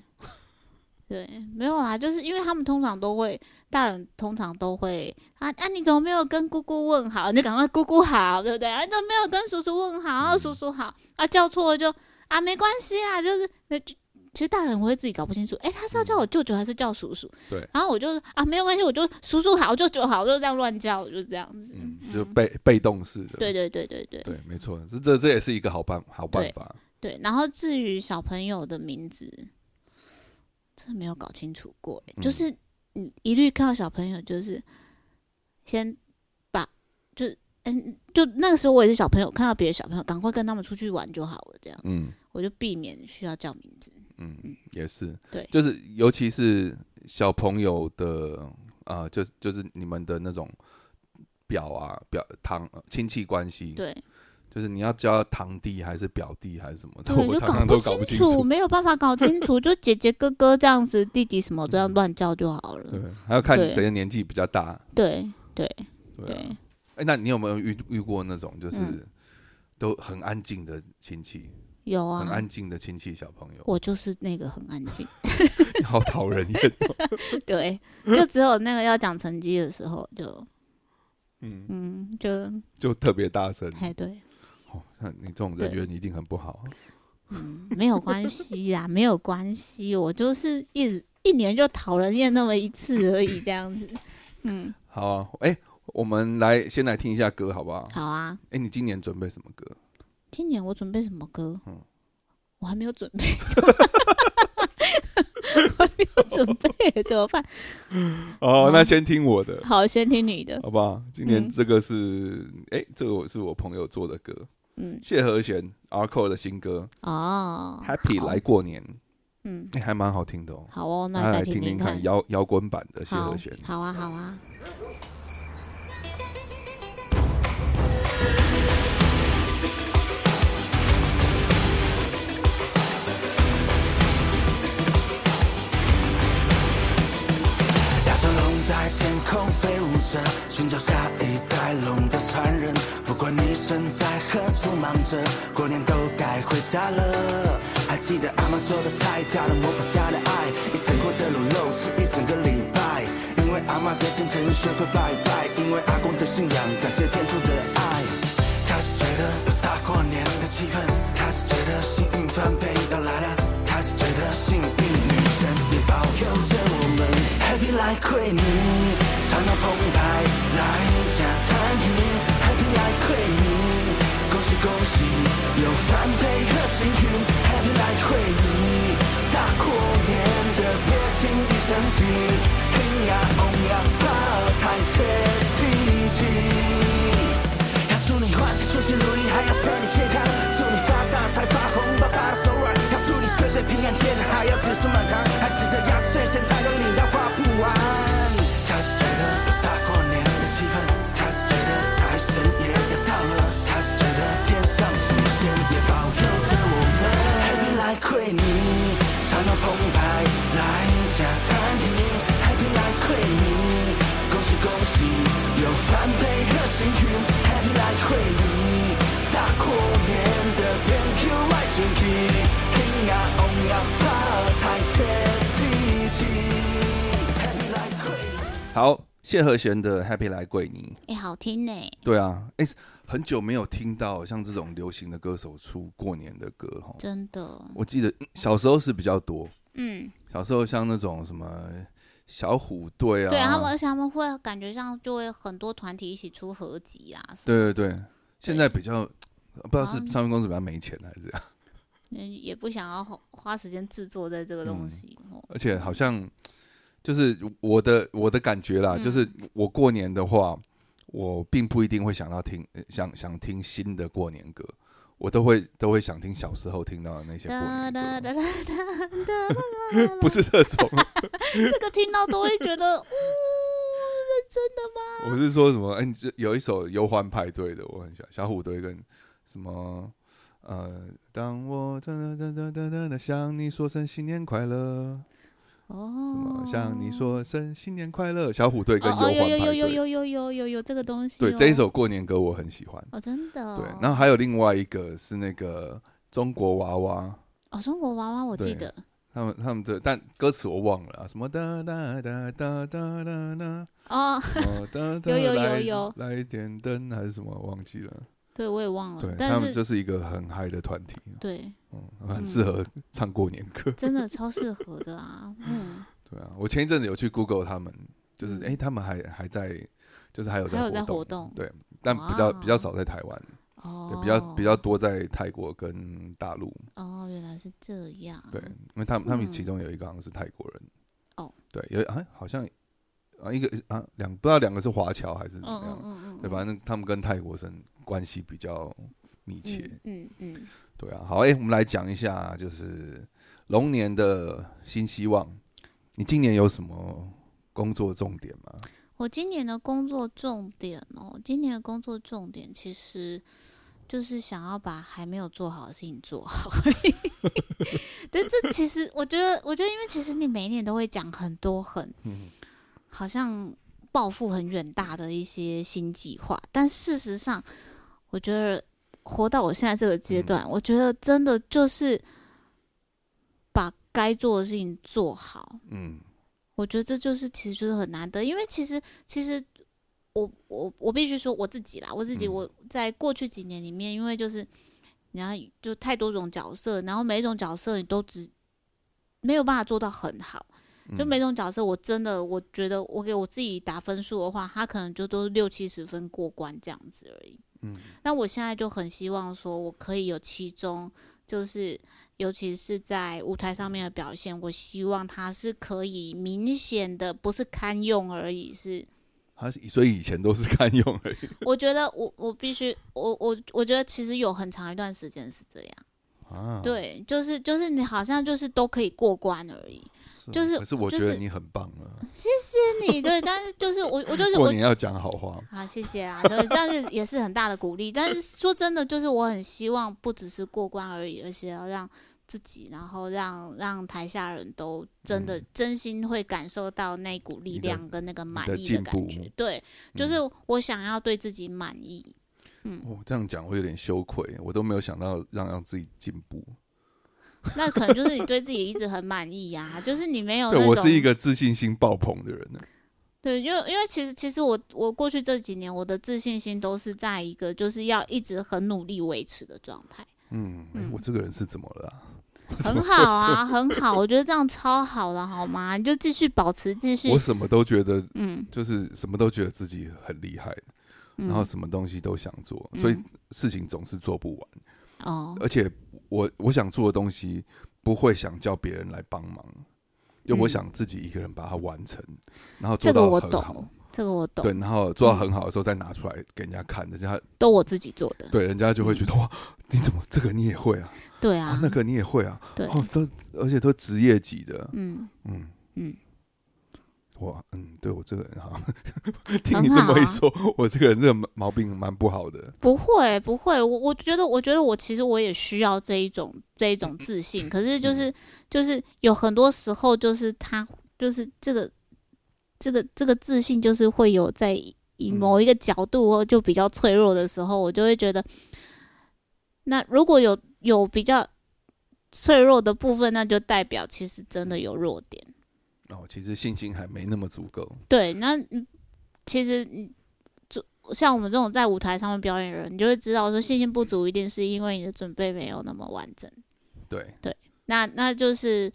Speaker 3: 对，没有啦，就是因为他们通常都会，大人通常都会啊啊，你怎么没有跟姑姑问好？你就赶快姑姑好，对不对？啊，你怎么没有跟叔叔问好？啊
Speaker 2: 嗯
Speaker 3: 叔叔好啊，叫错了就啊，没关系啊，就是那就其实大人我会自己搞不清楚，诶，他是要叫我舅舅还是叫叔叔？
Speaker 2: 嗯对
Speaker 3: 然后我就啊，没有关系，我就叔叔好，舅舅好，我就这样乱叫，我就这样子。
Speaker 2: 嗯，就被被动式的，
Speaker 3: 对对对对对
Speaker 2: 对，没错，这这这也是一个好办好办
Speaker 3: 对
Speaker 2: 法，
Speaker 3: 对，然后至于小朋友的名字，真的没有搞清楚过、欸就
Speaker 2: 嗯
Speaker 3: 是你一律看到小朋友，就是先把就嗯，就那个时候我也是小朋友，看到别的小朋友，赶快跟他们出去玩就好了，这样
Speaker 2: 嗯
Speaker 3: 我就避免需要叫名字。
Speaker 2: 嗯，也是，
Speaker 3: 对
Speaker 2: 就是尤其是小朋友的啊、就就是你们的那种表啊表堂亲戚关系，
Speaker 3: 对，
Speaker 2: 就是你要叫他堂弟还是表弟还是什么，这
Speaker 3: 对，
Speaker 2: 我
Speaker 3: 就
Speaker 2: 常常都搞
Speaker 3: 不
Speaker 2: 不清
Speaker 3: 楚，
Speaker 2: 楚，
Speaker 3: 没有办法搞清楚，就姐姐、哥哥这样子，弟弟什么都要
Speaker 2: 嗯
Speaker 3: 乱叫就好了。
Speaker 2: 对，还要看
Speaker 3: 对
Speaker 2: 谁的年纪比较大，
Speaker 3: 对对
Speaker 2: 对啊
Speaker 3: 对，
Speaker 2: 哎、那你有没有遇遇过那种就是
Speaker 3: 嗯
Speaker 2: 都很安静的亲戚，
Speaker 3: 有
Speaker 2: 很
Speaker 3: 啊
Speaker 2: 安，静的亲戚小朋友，
Speaker 3: 我就是那个很安静。
Speaker 2: 好讨 人厌哦。
Speaker 3: 对，就只有那个要讲成绩的时候就
Speaker 2: 嗯，
Speaker 3: 嗯，就
Speaker 2: 就特别大声。
Speaker 3: 哎对，
Speaker 2: 哦，那你这种人
Speaker 3: 对
Speaker 2: 缘一定很不好啊。
Speaker 3: 嗯，没有关系啦，没有关系，我就是一直一年就讨人厌那么一次而已，这 样子。嗯，
Speaker 2: 好啊，哎、我们来先来听一下歌好不好？
Speaker 3: 好啊。
Speaker 2: 哎、你今年准备什么歌？
Speaker 3: 今年我准备什么歌？
Speaker 2: 嗯
Speaker 3: 我还没有准备， 我还没有准备，怎么办？
Speaker 2: 哦
Speaker 3: 嗯，
Speaker 2: 那先听我 的，
Speaker 3: 好，先听你的。
Speaker 2: 好不好？今年
Speaker 3: 嗯
Speaker 2: 这个是，哎、这个我是我朋友做的歌，
Speaker 3: 嗯，
Speaker 2: 谢和弦 R c o 的新歌
Speaker 3: 哦
Speaker 2: 《
Speaker 3: 好
Speaker 2: Happy 来过年》
Speaker 3: 嗯，
Speaker 2: 哎还蛮好听的哦。
Speaker 3: 好哦，
Speaker 2: 大家
Speaker 3: 那
Speaker 2: 来
Speaker 3: 来
Speaker 2: 听
Speaker 3: 听
Speaker 2: 听看
Speaker 3: 看。
Speaker 2: 摇摇滚版的谢
Speaker 3: 好
Speaker 2: 和弦，，
Speaker 3: 好啊，好啊。
Speaker 1: 亚洲龙在天空飞舞着，寻找下一代龙的传人。不管你身在何处忙着，过年都该回家了。还记得阿妈做的菜，加了魔法，加了爱，一整锅的卤肉吃一整个礼拜。因为阿妈对金钱学会拜拜，因为阿公的信仰，感谢天父的爱。开始觉得有大过年的气氛，开始觉得幸运翻倍要来了，开始觉得幸运女神也保佑着我们。Happy 来馈你，长到澎湃来家探你。Happy 来馈你，恭喜恭喜，有翻倍和幸运。Happy 来馈你，大过年的别轻易生气，嘿呀哦呀发财接地气。要祝你万事顺心如意，还要身体健康，祝你发大财发红包发手软，要祝你岁岁平安健康，还要子孙满堂，还记得压岁钱还有你要花不完。开始觉得有大过年的气氛，开始觉得财神爷要到了，开始觉得天上祖先也保佑着我们。Happy 来馈你，长到澎湃来家探你，Happy 来馈你，恭喜恭喜，有翻倍和幸运，Happy 来馈你，大过年的 Thank you 外星机，听呀哦呀发财接地气，Happy 来馈你。
Speaker 2: 好，谢和弦的《Happy 来跪你》。
Speaker 3: 哎、好听呢、
Speaker 2: 对啊，哎、很久没有听到像这种流行的歌手出过年的歌哈。
Speaker 3: 真的。
Speaker 2: 我记得嗯小时候是比较多，
Speaker 3: 嗯，
Speaker 2: 小时候像那种什么小虎队啊，
Speaker 3: 对，他们而且他们会感觉上就会很多团体一起出合集啊，什么
Speaker 2: 对对对，现在比较不知道是
Speaker 3: 嗯
Speaker 2: 唱片公司比较没钱还是怎样，
Speaker 3: 嗯，也不想要花花时间制作在这个
Speaker 2: 嗯
Speaker 3: 东西。哦
Speaker 2: 而且好像就是我的我的感觉啦，
Speaker 3: 嗯
Speaker 2: 就是我过年的话，我并不一定会想到听呃想想听新的过年歌，我都会都会想听小时候听到的那些过
Speaker 3: 哒
Speaker 2: 年歌，
Speaker 3: 哒哒哒哒哒，
Speaker 2: 不是这种，
Speaker 3: 这个听到都会觉得，哦，是真的吗？
Speaker 2: 我是说什么？哎、你这有一首忧欢派对的，我很喜欢小虎队跟什么呃，当我哒哒哒哒哒哒哒向你说声新年快乐，什么
Speaker 3: 哦，
Speaker 2: 向你说声新年快乐，小虎队跟
Speaker 3: 哦
Speaker 2: 忧
Speaker 3: 哦，
Speaker 2: 欢
Speaker 3: 有有
Speaker 2: 派
Speaker 3: 有有
Speaker 2: 对，
Speaker 3: 有有有有有这个东西、哦。
Speaker 2: 对这一首过年歌我很喜欢。
Speaker 3: 哦，真的、哦。
Speaker 2: 对，然后还有另外一个是那个中国娃娃，
Speaker 3: 哦，中国娃娃我记
Speaker 2: 对
Speaker 3: 得
Speaker 2: 他们他们的但歌词我忘了啊，什么哒哒哒哒哒哒 哒，
Speaker 3: 哦，
Speaker 2: 什么哒哒
Speaker 3: 有有有
Speaker 2: 来
Speaker 3: 有
Speaker 2: 来一点灯还是什么忘记了。
Speaker 3: 对我也忘了
Speaker 2: 对，他
Speaker 3: 哦但
Speaker 2: 们
Speaker 3: 是
Speaker 2: 就是一个很嗨的团体，
Speaker 3: 对，
Speaker 2: 嗯，很适合唱过年歌。
Speaker 3: 真的超适合的啊， 嗯，
Speaker 2: 对啊，我前一阵子有去 Google 他们，就是哎、
Speaker 3: 嗯
Speaker 2: 诶他们还还在，就是还有在
Speaker 3: 还有在
Speaker 2: 动，
Speaker 3: 活动
Speaker 2: 对，但比较
Speaker 3: 哇
Speaker 2: 比较少在台湾，
Speaker 3: 哦
Speaker 2: 对，，比较比较多在泰国跟大陆，
Speaker 3: 哦，原来是这样，
Speaker 2: 对，因为他们他们
Speaker 3: 啊嗯
Speaker 2: 其中有一个好像是泰国人，
Speaker 3: 哦，
Speaker 2: 对，有啊，好像啊一个啊两不知道两个是华侨还是怎
Speaker 3: 嗯，
Speaker 2: 么
Speaker 3: 嗯
Speaker 2: 样，
Speaker 3: 嗯嗯，
Speaker 2: 对，反正他们跟泰国人关系比较密切，
Speaker 3: 嗯嗯嗯，
Speaker 2: 对啊，好，哎、我们来讲一下，就是龙年的新希望。你今年有什么工作重点吗？
Speaker 3: 我今年的工作重点哦，今年的工作重点其实就是想要把还没有做好的事情做好而已。 但这其实我觉得，我觉得因为其实你每一年都会讲很多很
Speaker 2: 嗯，
Speaker 3: 好像抱负很远大的一些新计划，但事实上，我觉得活到我现在这个
Speaker 2: 嗯
Speaker 3: 阶段，我觉得真的就是把该做的事情做好，
Speaker 2: 嗯，
Speaker 3: 我觉得这就是其实就是很难得，因为其实其实我我我必须说我自己啦，我自己我在过去几年里面，因为就是你要就太多种角色，然后每一种角色你都只没有办法做到很好，
Speaker 2: 嗯
Speaker 3: 就每种角色我真的我觉得我给我自己打分数的话，他可能就都六七十分过关这样子而已。
Speaker 2: 嗯，
Speaker 3: 那我现在就很希望说我可以有其中就是。尤其是在舞台上面的表现，我希望他是可以明显的，不是堪用而已，是
Speaker 2: 他是所以以前都是看 用而已。
Speaker 3: 我觉得我我必须我我我觉得其实有很长一段时间是这样，
Speaker 2: 啊，
Speaker 3: 对，就是就是你好像就是都可以过关而已。
Speaker 2: 是
Speaker 3: 就是
Speaker 2: 可是我
Speaker 3: 就
Speaker 2: 觉得
Speaker 3: 是
Speaker 2: 你很棒了。
Speaker 3: 谢谢你，对，但是就是我我就是
Speaker 2: 过
Speaker 3: 我
Speaker 2: 年要讲好话，
Speaker 3: 好谢谢啊，对，这样子也是很大的鼓励。但是说真的，就是我很希望不只是过关而已，而且要让自己，然后让让台下人都真的真心会感受到那股力
Speaker 2: 嗯你的
Speaker 3: 量跟那个满
Speaker 2: 的
Speaker 3: 意
Speaker 2: 进
Speaker 3: 感
Speaker 2: 步嗯
Speaker 3: 觉。对，就是我想要对自己满意。
Speaker 2: 我、哦这样讲会有点羞愧，我都没有想到让让自己进步。
Speaker 3: 那可能就是你对自己一直很满意呀、就是你没哦有那
Speaker 2: 对
Speaker 3: 种
Speaker 2: 我是一个自信心爆棚的人呢。
Speaker 3: 对，因为因为其实其实我我过去这几年我的自信心都是在一个就是要一直很努力维持的状态，
Speaker 2: 嗯，哎
Speaker 3: 嗯
Speaker 2: 我这个人是怎么了、啊？
Speaker 3: 很好啊，很好，我觉得这样超好了，好吗？你就继续保持，继续
Speaker 2: 我什么都觉得，
Speaker 3: 嗯
Speaker 2: 就是什么都觉得自己很厉害，
Speaker 3: 嗯，
Speaker 2: 然后什么东西都想做，所以
Speaker 3: 嗯
Speaker 2: 事情总是做不完。
Speaker 3: 哦，
Speaker 2: 而且我我想做的东西，不会想叫别人来帮忙，就我
Speaker 3: 嗯
Speaker 2: 想自己一个人把它完成，然后做
Speaker 3: 这个
Speaker 2: 到
Speaker 3: 我
Speaker 2: 很好
Speaker 3: 懂。，这个我
Speaker 2: 对
Speaker 3: 懂，，嗯
Speaker 2: 然后做到很好的时候再拿出来给人家看，人家
Speaker 3: 都我自己做的，
Speaker 2: 对人家就会觉
Speaker 3: 嗯
Speaker 2: 得哇，你怎么这个你也会啊？
Speaker 3: 对
Speaker 2: 啊
Speaker 3: 啊，
Speaker 2: 那个你也会啊？
Speaker 3: 对，
Speaker 2: 哦，都而且都职业级的，
Speaker 3: 嗯，
Speaker 2: 嗯
Speaker 3: 嗯，
Speaker 2: 哇，嗯，对我这个人哈， 听
Speaker 3: 很
Speaker 2: 你这
Speaker 3: 好
Speaker 2: 么一
Speaker 3: 啊
Speaker 2: 说，我这个人这个毛毛病蛮不好的。
Speaker 3: 不会，不会，我我觉得，我觉得我其实我也需要这一种这一种自信，可是
Speaker 2: 嗯
Speaker 3: 就是就是有很多时候就是他就是这个这个这个自信就是会有在以
Speaker 2: 嗯
Speaker 3: 某一个角度哦就比较脆弱的时候，我就会觉得，那如果有有比较脆弱的部分，那就代表其实真的有弱点。
Speaker 2: 哦，其实信心还没那么足够。
Speaker 3: 对，那嗯其实嗯就像我们这种在舞台上面表演的人，你就会知道说信心不足，一定是因为你的准备没有那么完整。
Speaker 2: 对，
Speaker 3: 那那就是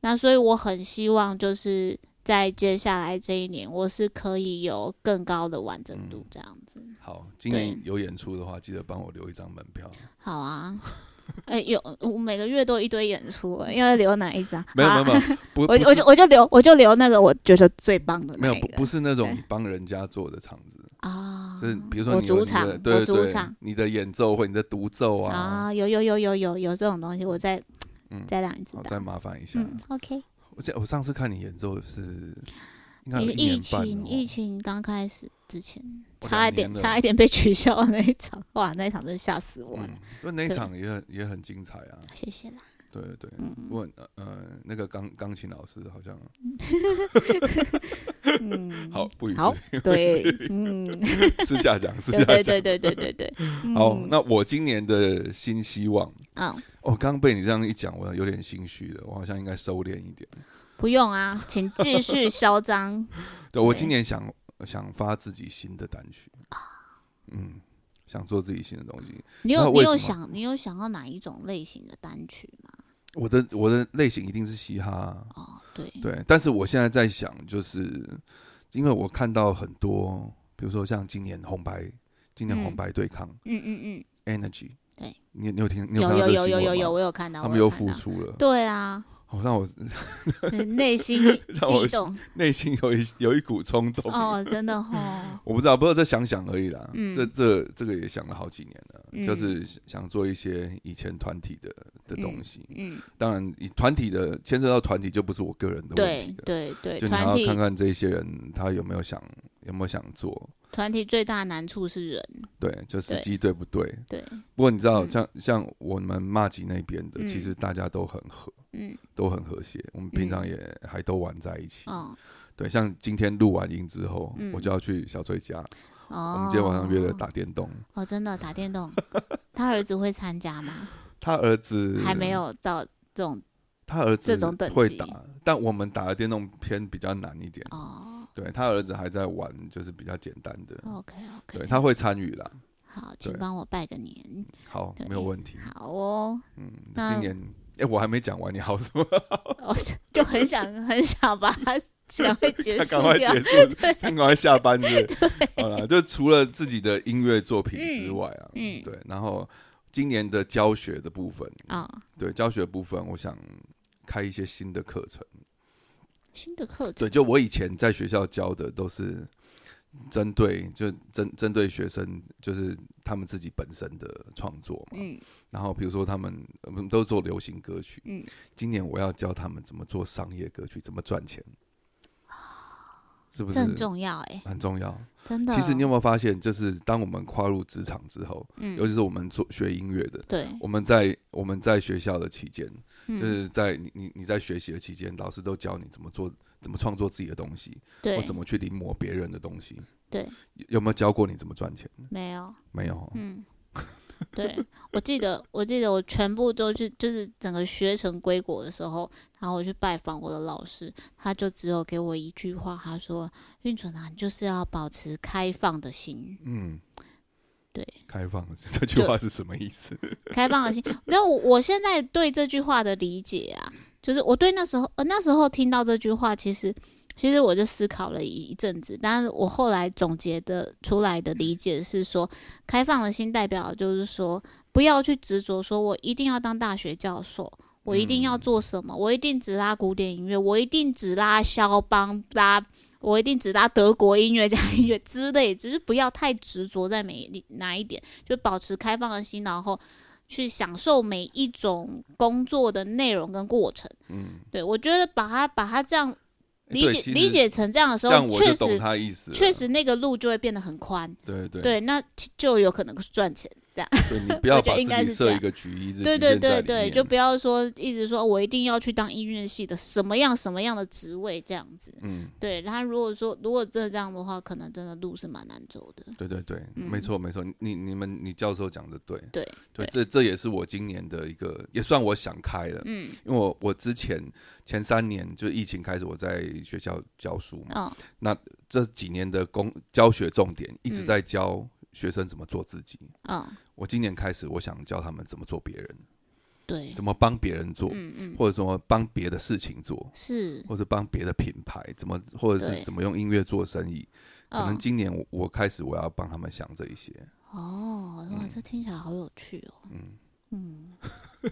Speaker 3: 那，所以我很希望就是在接下来这一年，我是可以有更高的完整度
Speaker 2: 嗯，
Speaker 3: 这样子。
Speaker 2: 好，今
Speaker 3: 对
Speaker 2: 年有演出的话，记得帮我留一张门票。
Speaker 3: 好啊， 哎、有我每个月都一堆演出，要留哪一张？
Speaker 2: 没有没
Speaker 3: 好
Speaker 2: 有
Speaker 3: 啊
Speaker 2: 没有，不，
Speaker 3: 我
Speaker 2: 不
Speaker 3: 我
Speaker 2: 是
Speaker 3: 就我就留我就留那个我觉得最棒的
Speaker 2: 没
Speaker 3: 那
Speaker 2: 有
Speaker 3: 一
Speaker 2: 不
Speaker 3: 个
Speaker 2: 不是那种
Speaker 3: 对
Speaker 2: 你帮人家做的场子，
Speaker 3: 啊，
Speaker 2: 就是比如说
Speaker 3: 我
Speaker 2: 你有
Speaker 3: 主
Speaker 2: 你的
Speaker 3: 场，
Speaker 2: 对
Speaker 3: 我主
Speaker 2: 对
Speaker 3: 场，
Speaker 2: 你的演奏或你的独奏啊，
Speaker 3: 啊，有有有有有有这种东西，我再
Speaker 2: 嗯
Speaker 3: 再让你知
Speaker 2: 好
Speaker 3: 道
Speaker 2: 再。麻烦一下。
Speaker 3: 嗯，OK。
Speaker 2: 我记得我上次看你演奏是应该有一
Speaker 3: 也是疫
Speaker 2: 年半
Speaker 3: 情
Speaker 2: 哦
Speaker 3: 疫情刚开始之前，
Speaker 2: 我
Speaker 3: 差一
Speaker 2: 两
Speaker 3: 点
Speaker 2: 年了
Speaker 3: 差一点被取消的那一场，哇，那一场真是吓死我了。
Speaker 2: 嗯，就那一
Speaker 3: 对嗯
Speaker 2: 场也很也很精彩啊。
Speaker 3: 谢谢 啦，
Speaker 2: 对对对，我呃那个钢钢琴老师好像
Speaker 3: 嗯，
Speaker 2: 好，不予置
Speaker 3: 好， 对， 嗯，
Speaker 2: 评私下 讲私
Speaker 3: 对
Speaker 2: 下
Speaker 3: 对
Speaker 2: 讲。
Speaker 3: 对对对对对，
Speaker 2: 好，
Speaker 3: 嗯
Speaker 2: 那我今年的新希望
Speaker 3: 嗯，
Speaker 2: 哦，刚刚被你这样一讲，我有点心虚了，我好像应该收敛一点。
Speaker 3: 不用啊，请继续嚣张，
Speaker 2: 对我
Speaker 3: 对啊
Speaker 2: 今年想想发自己新的单曲，嗯，想做自己新的东西。
Speaker 3: 你
Speaker 2: 那
Speaker 3: 有你
Speaker 2: 为
Speaker 3: 有
Speaker 2: 什么
Speaker 3: 想你有想要哪一种类型的单曲吗？
Speaker 2: 我的我的类型一定是嘻哈啊、
Speaker 3: 哦，对，
Speaker 2: 对，但是我现在在想，就是因为我看到很多，比如说像今年红白，今年
Speaker 3: 嗯
Speaker 2: 红白对抗、
Speaker 3: 嗯嗯嗯，
Speaker 2: Energy，
Speaker 3: 对，
Speaker 2: 你你有听？你
Speaker 3: 有
Speaker 2: 看到
Speaker 3: 有
Speaker 2: 这
Speaker 3: 有
Speaker 2: 个
Speaker 3: 有
Speaker 2: 新
Speaker 3: 有
Speaker 2: 闻
Speaker 3: 有，
Speaker 2: 吗，
Speaker 3: 我有看到，
Speaker 2: 他
Speaker 3: 我
Speaker 2: 们
Speaker 3: 有
Speaker 2: 又
Speaker 3: 看
Speaker 2: 复
Speaker 3: 到
Speaker 2: 出了，
Speaker 3: 对啊，
Speaker 2: 好让 我
Speaker 3: 你嗯内心
Speaker 2: 让我
Speaker 3: 激动
Speaker 2: 内心有一有一股冲动。
Speaker 3: 哦，真 的吼，
Speaker 2: 我不知道，不过这想想而已啦。
Speaker 3: 嗯
Speaker 2: 这这这个也想了好几年了，
Speaker 3: 嗯
Speaker 2: 就是想做一些以前团体的的东西。
Speaker 3: 嗯，
Speaker 2: 当然，以团体的牵涉到团体，就不是我个人的问
Speaker 3: 对
Speaker 2: 题了。
Speaker 3: 对对，
Speaker 2: 就你
Speaker 3: 团
Speaker 2: 要
Speaker 3: 体
Speaker 2: 看看这些人他有没有想有没有想做，
Speaker 3: 团体最大的难处是人，
Speaker 2: 对，就时机对不对？
Speaker 3: 对，
Speaker 2: 不过你知道，
Speaker 3: 嗯
Speaker 2: 像像我们骂吉那边的，
Speaker 3: 嗯
Speaker 2: 其实大家都很和，
Speaker 3: 嗯
Speaker 2: 都很和谐，我们平常也还都玩在一起。
Speaker 3: 嗯
Speaker 2: 对，像今天录完音之后，
Speaker 3: 嗯
Speaker 2: 我就要去小崔家，
Speaker 3: 哦，
Speaker 2: 我们今天晚上约了打电动。
Speaker 3: 哦，真的打电动，他儿子会参加吗？
Speaker 2: 他儿子
Speaker 3: 还没，有到这种
Speaker 2: 他儿子
Speaker 3: 这种等级
Speaker 2: 会打，但我们打的电动偏比较难一点。
Speaker 3: 哦，
Speaker 2: 对他儿子还在玩，就是比较简单的，
Speaker 3: OK
Speaker 2: 对
Speaker 3: OK，
Speaker 2: 他会参与啦。
Speaker 3: 好，请
Speaker 2: 对
Speaker 3: 帮我拜个年。
Speaker 2: 好，
Speaker 3: 对
Speaker 2: 没有问题。
Speaker 3: 好哦，
Speaker 2: 嗯，
Speaker 3: 那
Speaker 2: 今年哎、我还没讲完，你好什么？
Speaker 3: 我就很想很想把 它想会结
Speaker 2: 他
Speaker 3: 束
Speaker 2: 赶快
Speaker 3: 掉
Speaker 2: 结。束，他赶快下班是 不是好了，就除了自己的音乐作品之外啊，
Speaker 3: 嗯嗯
Speaker 2: 对，然后今年的教学的部分，
Speaker 3: 啊、
Speaker 2: 对教学部分，我想开一些新的课程。
Speaker 3: 新的课程
Speaker 2: 对，就我以前在学校教的都是针对，就针针对学生，就是他们自己本身的创作嘛。
Speaker 3: 嗯
Speaker 2: 然后比如说他们我们都做流行歌曲，
Speaker 3: 嗯
Speaker 2: 今年我要教他们怎么做商业歌曲，怎么赚钱，是不是
Speaker 3: 这很重要哎、
Speaker 2: 很重要？
Speaker 3: 真的。
Speaker 2: 其实你有没有发现，就是当我们跨入职场之后，
Speaker 3: 嗯
Speaker 2: 尤其是我们做学音乐的，
Speaker 3: 对，
Speaker 2: 我们在我们在学校的期间，
Speaker 3: 嗯、
Speaker 2: 就是在你你你在学习的期间，老师都教你怎么做，怎么创作自己的东西，
Speaker 3: 对
Speaker 2: 或怎么去临摹别人的东西。
Speaker 3: 对，
Speaker 2: 有没有教过你怎么赚钱？
Speaker 3: 没有。
Speaker 2: 没有。哦
Speaker 3: 嗯， 对，我记得，我记得我全部都是就是整个学成归国的时候，然后我去拜访我的老师，他就只有给我一句话，他说：“运存啊，你就是要保持开放的心，
Speaker 2: 嗯，
Speaker 3: 对，
Speaker 2: 开放 这句话是什么意思？
Speaker 3: 开放的心。” 那我我现在对这句话的理解啊，就是我对那时候，呃，那时候听到这句话，其实。其实我就思考了一一阵子，但是我后来总结的出来的理解是说，开放的心代表就是说，不要去执着说我一定要当大学教授，我一定要做什么，我一定只拉古典音乐，我一定只拉肖邦拉。我一定只拉德国音乐家音乐之类，只是不要太执着在每一哪一点，就保持开放的心，然后去享受每一种工作的内容跟过程。
Speaker 2: 嗯，
Speaker 3: 对，我觉得把它把它这样理
Speaker 2: 对
Speaker 3: 解
Speaker 2: 其
Speaker 3: 理
Speaker 2: 实
Speaker 3: 解成这样的时
Speaker 2: 这样
Speaker 3: 候，
Speaker 2: 我
Speaker 3: 确
Speaker 2: 就懂
Speaker 3: 实
Speaker 2: 他意思了。
Speaker 3: 确实那个路就会变得很宽，
Speaker 2: 对对
Speaker 3: 对，那其就有可能是赚钱这样。
Speaker 2: 对，你不要
Speaker 3: 我觉得
Speaker 2: 把自
Speaker 3: 应该
Speaker 2: 己
Speaker 3: 是这
Speaker 2: 设
Speaker 3: 样
Speaker 2: 一个局一日
Speaker 3: 对
Speaker 2: 局
Speaker 3: 对
Speaker 2: 限在
Speaker 3: 对
Speaker 2: 里
Speaker 3: 对，
Speaker 2: 面
Speaker 3: 就不要说一直说我一定要去当音乐系的什么样什么样的职位这样子。
Speaker 2: 嗯，
Speaker 3: 对，他如果说如果真的这样的话，可能真的路是蛮难走的。
Speaker 2: 对对对，
Speaker 3: 嗯
Speaker 2: 没错没错，你你们你教授讲的对，
Speaker 3: 对
Speaker 2: 对，这这也是我今年的一个，也算我想开了，
Speaker 3: 嗯
Speaker 2: 因为我我之前前三年就疫情开始我在学校教书嘛，
Speaker 3: 嗯
Speaker 2: 这几年的工教学重点一直
Speaker 3: 嗯
Speaker 2: 在教学生怎么做自己，
Speaker 3: 嗯，
Speaker 2: 我今年开始我想教他们怎么做别人，
Speaker 3: 对，
Speaker 2: 怎么帮别人做，
Speaker 3: 嗯嗯，
Speaker 2: 或者说帮别的事情做，
Speaker 3: 是，
Speaker 2: 或者帮别的品牌怎么，或者是
Speaker 3: 对
Speaker 2: 怎么用音乐做生意。可能
Speaker 3: 嗯
Speaker 2: 今年我我开始我要帮他们想这一些，
Speaker 3: 哦，哇，这听起来好有趣哦。
Speaker 2: 嗯，
Speaker 3: 嗯，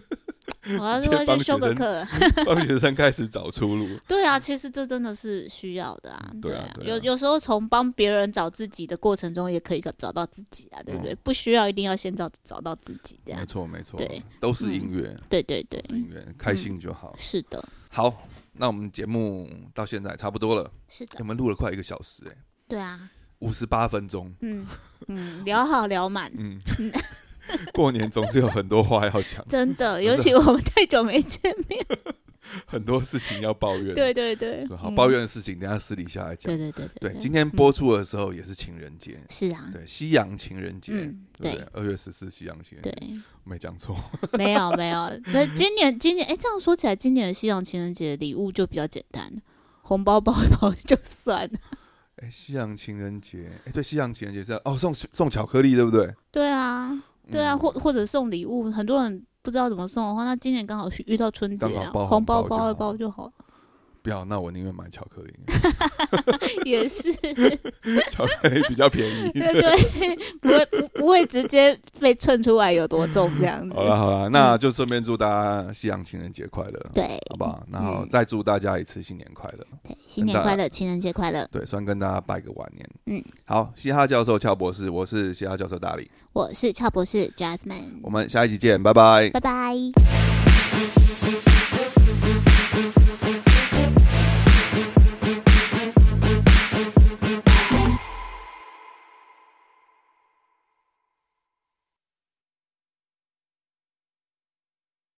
Speaker 3: 我要
Speaker 2: 直
Speaker 3: 是
Speaker 2: 接
Speaker 3: 会
Speaker 2: 帮
Speaker 3: 去修
Speaker 2: 学
Speaker 3: 个
Speaker 2: 生
Speaker 3: 课。
Speaker 2: 帮学生开始找出路。
Speaker 3: 对啊，其实这真的是需要的啊。
Speaker 2: 对啊对啊
Speaker 3: 有有时候从帮别人找自己的过程中，也可以找到自己啊，对不对？
Speaker 2: 嗯
Speaker 3: 不需要一定要先找找到自己这样
Speaker 2: 没。错，没错
Speaker 3: 对，
Speaker 2: 都是音乐，
Speaker 3: 对对对，嗯
Speaker 2: 音乐开心就好。
Speaker 3: 是的，
Speaker 2: 好，那我们节目到现在差不多了，
Speaker 3: 是的
Speaker 2: 我，们录了快一个小时、哎，
Speaker 3: 对啊，
Speaker 2: 五十八分钟。
Speaker 3: 嗯嗯，聊好聊满，
Speaker 2: 嗯，过年总是有很多话要讲，
Speaker 3: 真的，
Speaker 2: 是
Speaker 3: 尤其我们太久没见面，
Speaker 2: 很多事情要抱怨。
Speaker 3: 对对对，
Speaker 2: 好，
Speaker 3: 嗯
Speaker 2: 抱，怨的事情等一下私底下来讲
Speaker 3: 对。对对嗯
Speaker 2: 对，今天播出的时候也是情人节，
Speaker 3: 是啊，
Speaker 2: 对，西洋情人节，
Speaker 3: 嗯，
Speaker 2: 对不
Speaker 3: 对
Speaker 2: 对？嗯二月十四西洋情人节
Speaker 3: 对，，
Speaker 2: 没讲错。
Speaker 3: 没有没有，那今年今年哎，这样说起来，今年的西洋情人节礼物就比较简单，红包包一包就算了。
Speaker 2: 哎，西洋情人节，哎，对，西洋情人节是要哦，送送巧克力，对不对？
Speaker 3: 对啊，对啊，
Speaker 2: 嗯
Speaker 3: 或或者送礼物，很多人不知道怎么送的话，那今年刚好是遇到春节
Speaker 2: 刚
Speaker 3: 啊
Speaker 2: 好包，
Speaker 3: 红
Speaker 2: 红包
Speaker 3: 包
Speaker 2: 就好
Speaker 3: 包一包就好了。
Speaker 2: 不要，那我宁愿买巧克力，
Speaker 3: 也是，
Speaker 2: 巧克力比较便宜。
Speaker 3: 对对，不会不不会直接被称出来有多重这样子
Speaker 2: 好。了好了，那就顺便祝大家西洋情人节快乐，
Speaker 3: 嗯对
Speaker 2: 好不好？然后
Speaker 3: 嗯
Speaker 2: 再祝大家一次新年快乐。
Speaker 3: 对，新年快乐，情人节快乐！
Speaker 2: 对，算跟大家拜个晚年。
Speaker 3: 嗯，
Speaker 2: 好，嘻哈教授俏博士，我是嘻哈教授大力，
Speaker 3: 我是俏博士 Jasmine，
Speaker 2: 我们下一集见，拜拜
Speaker 3: 拜。拜。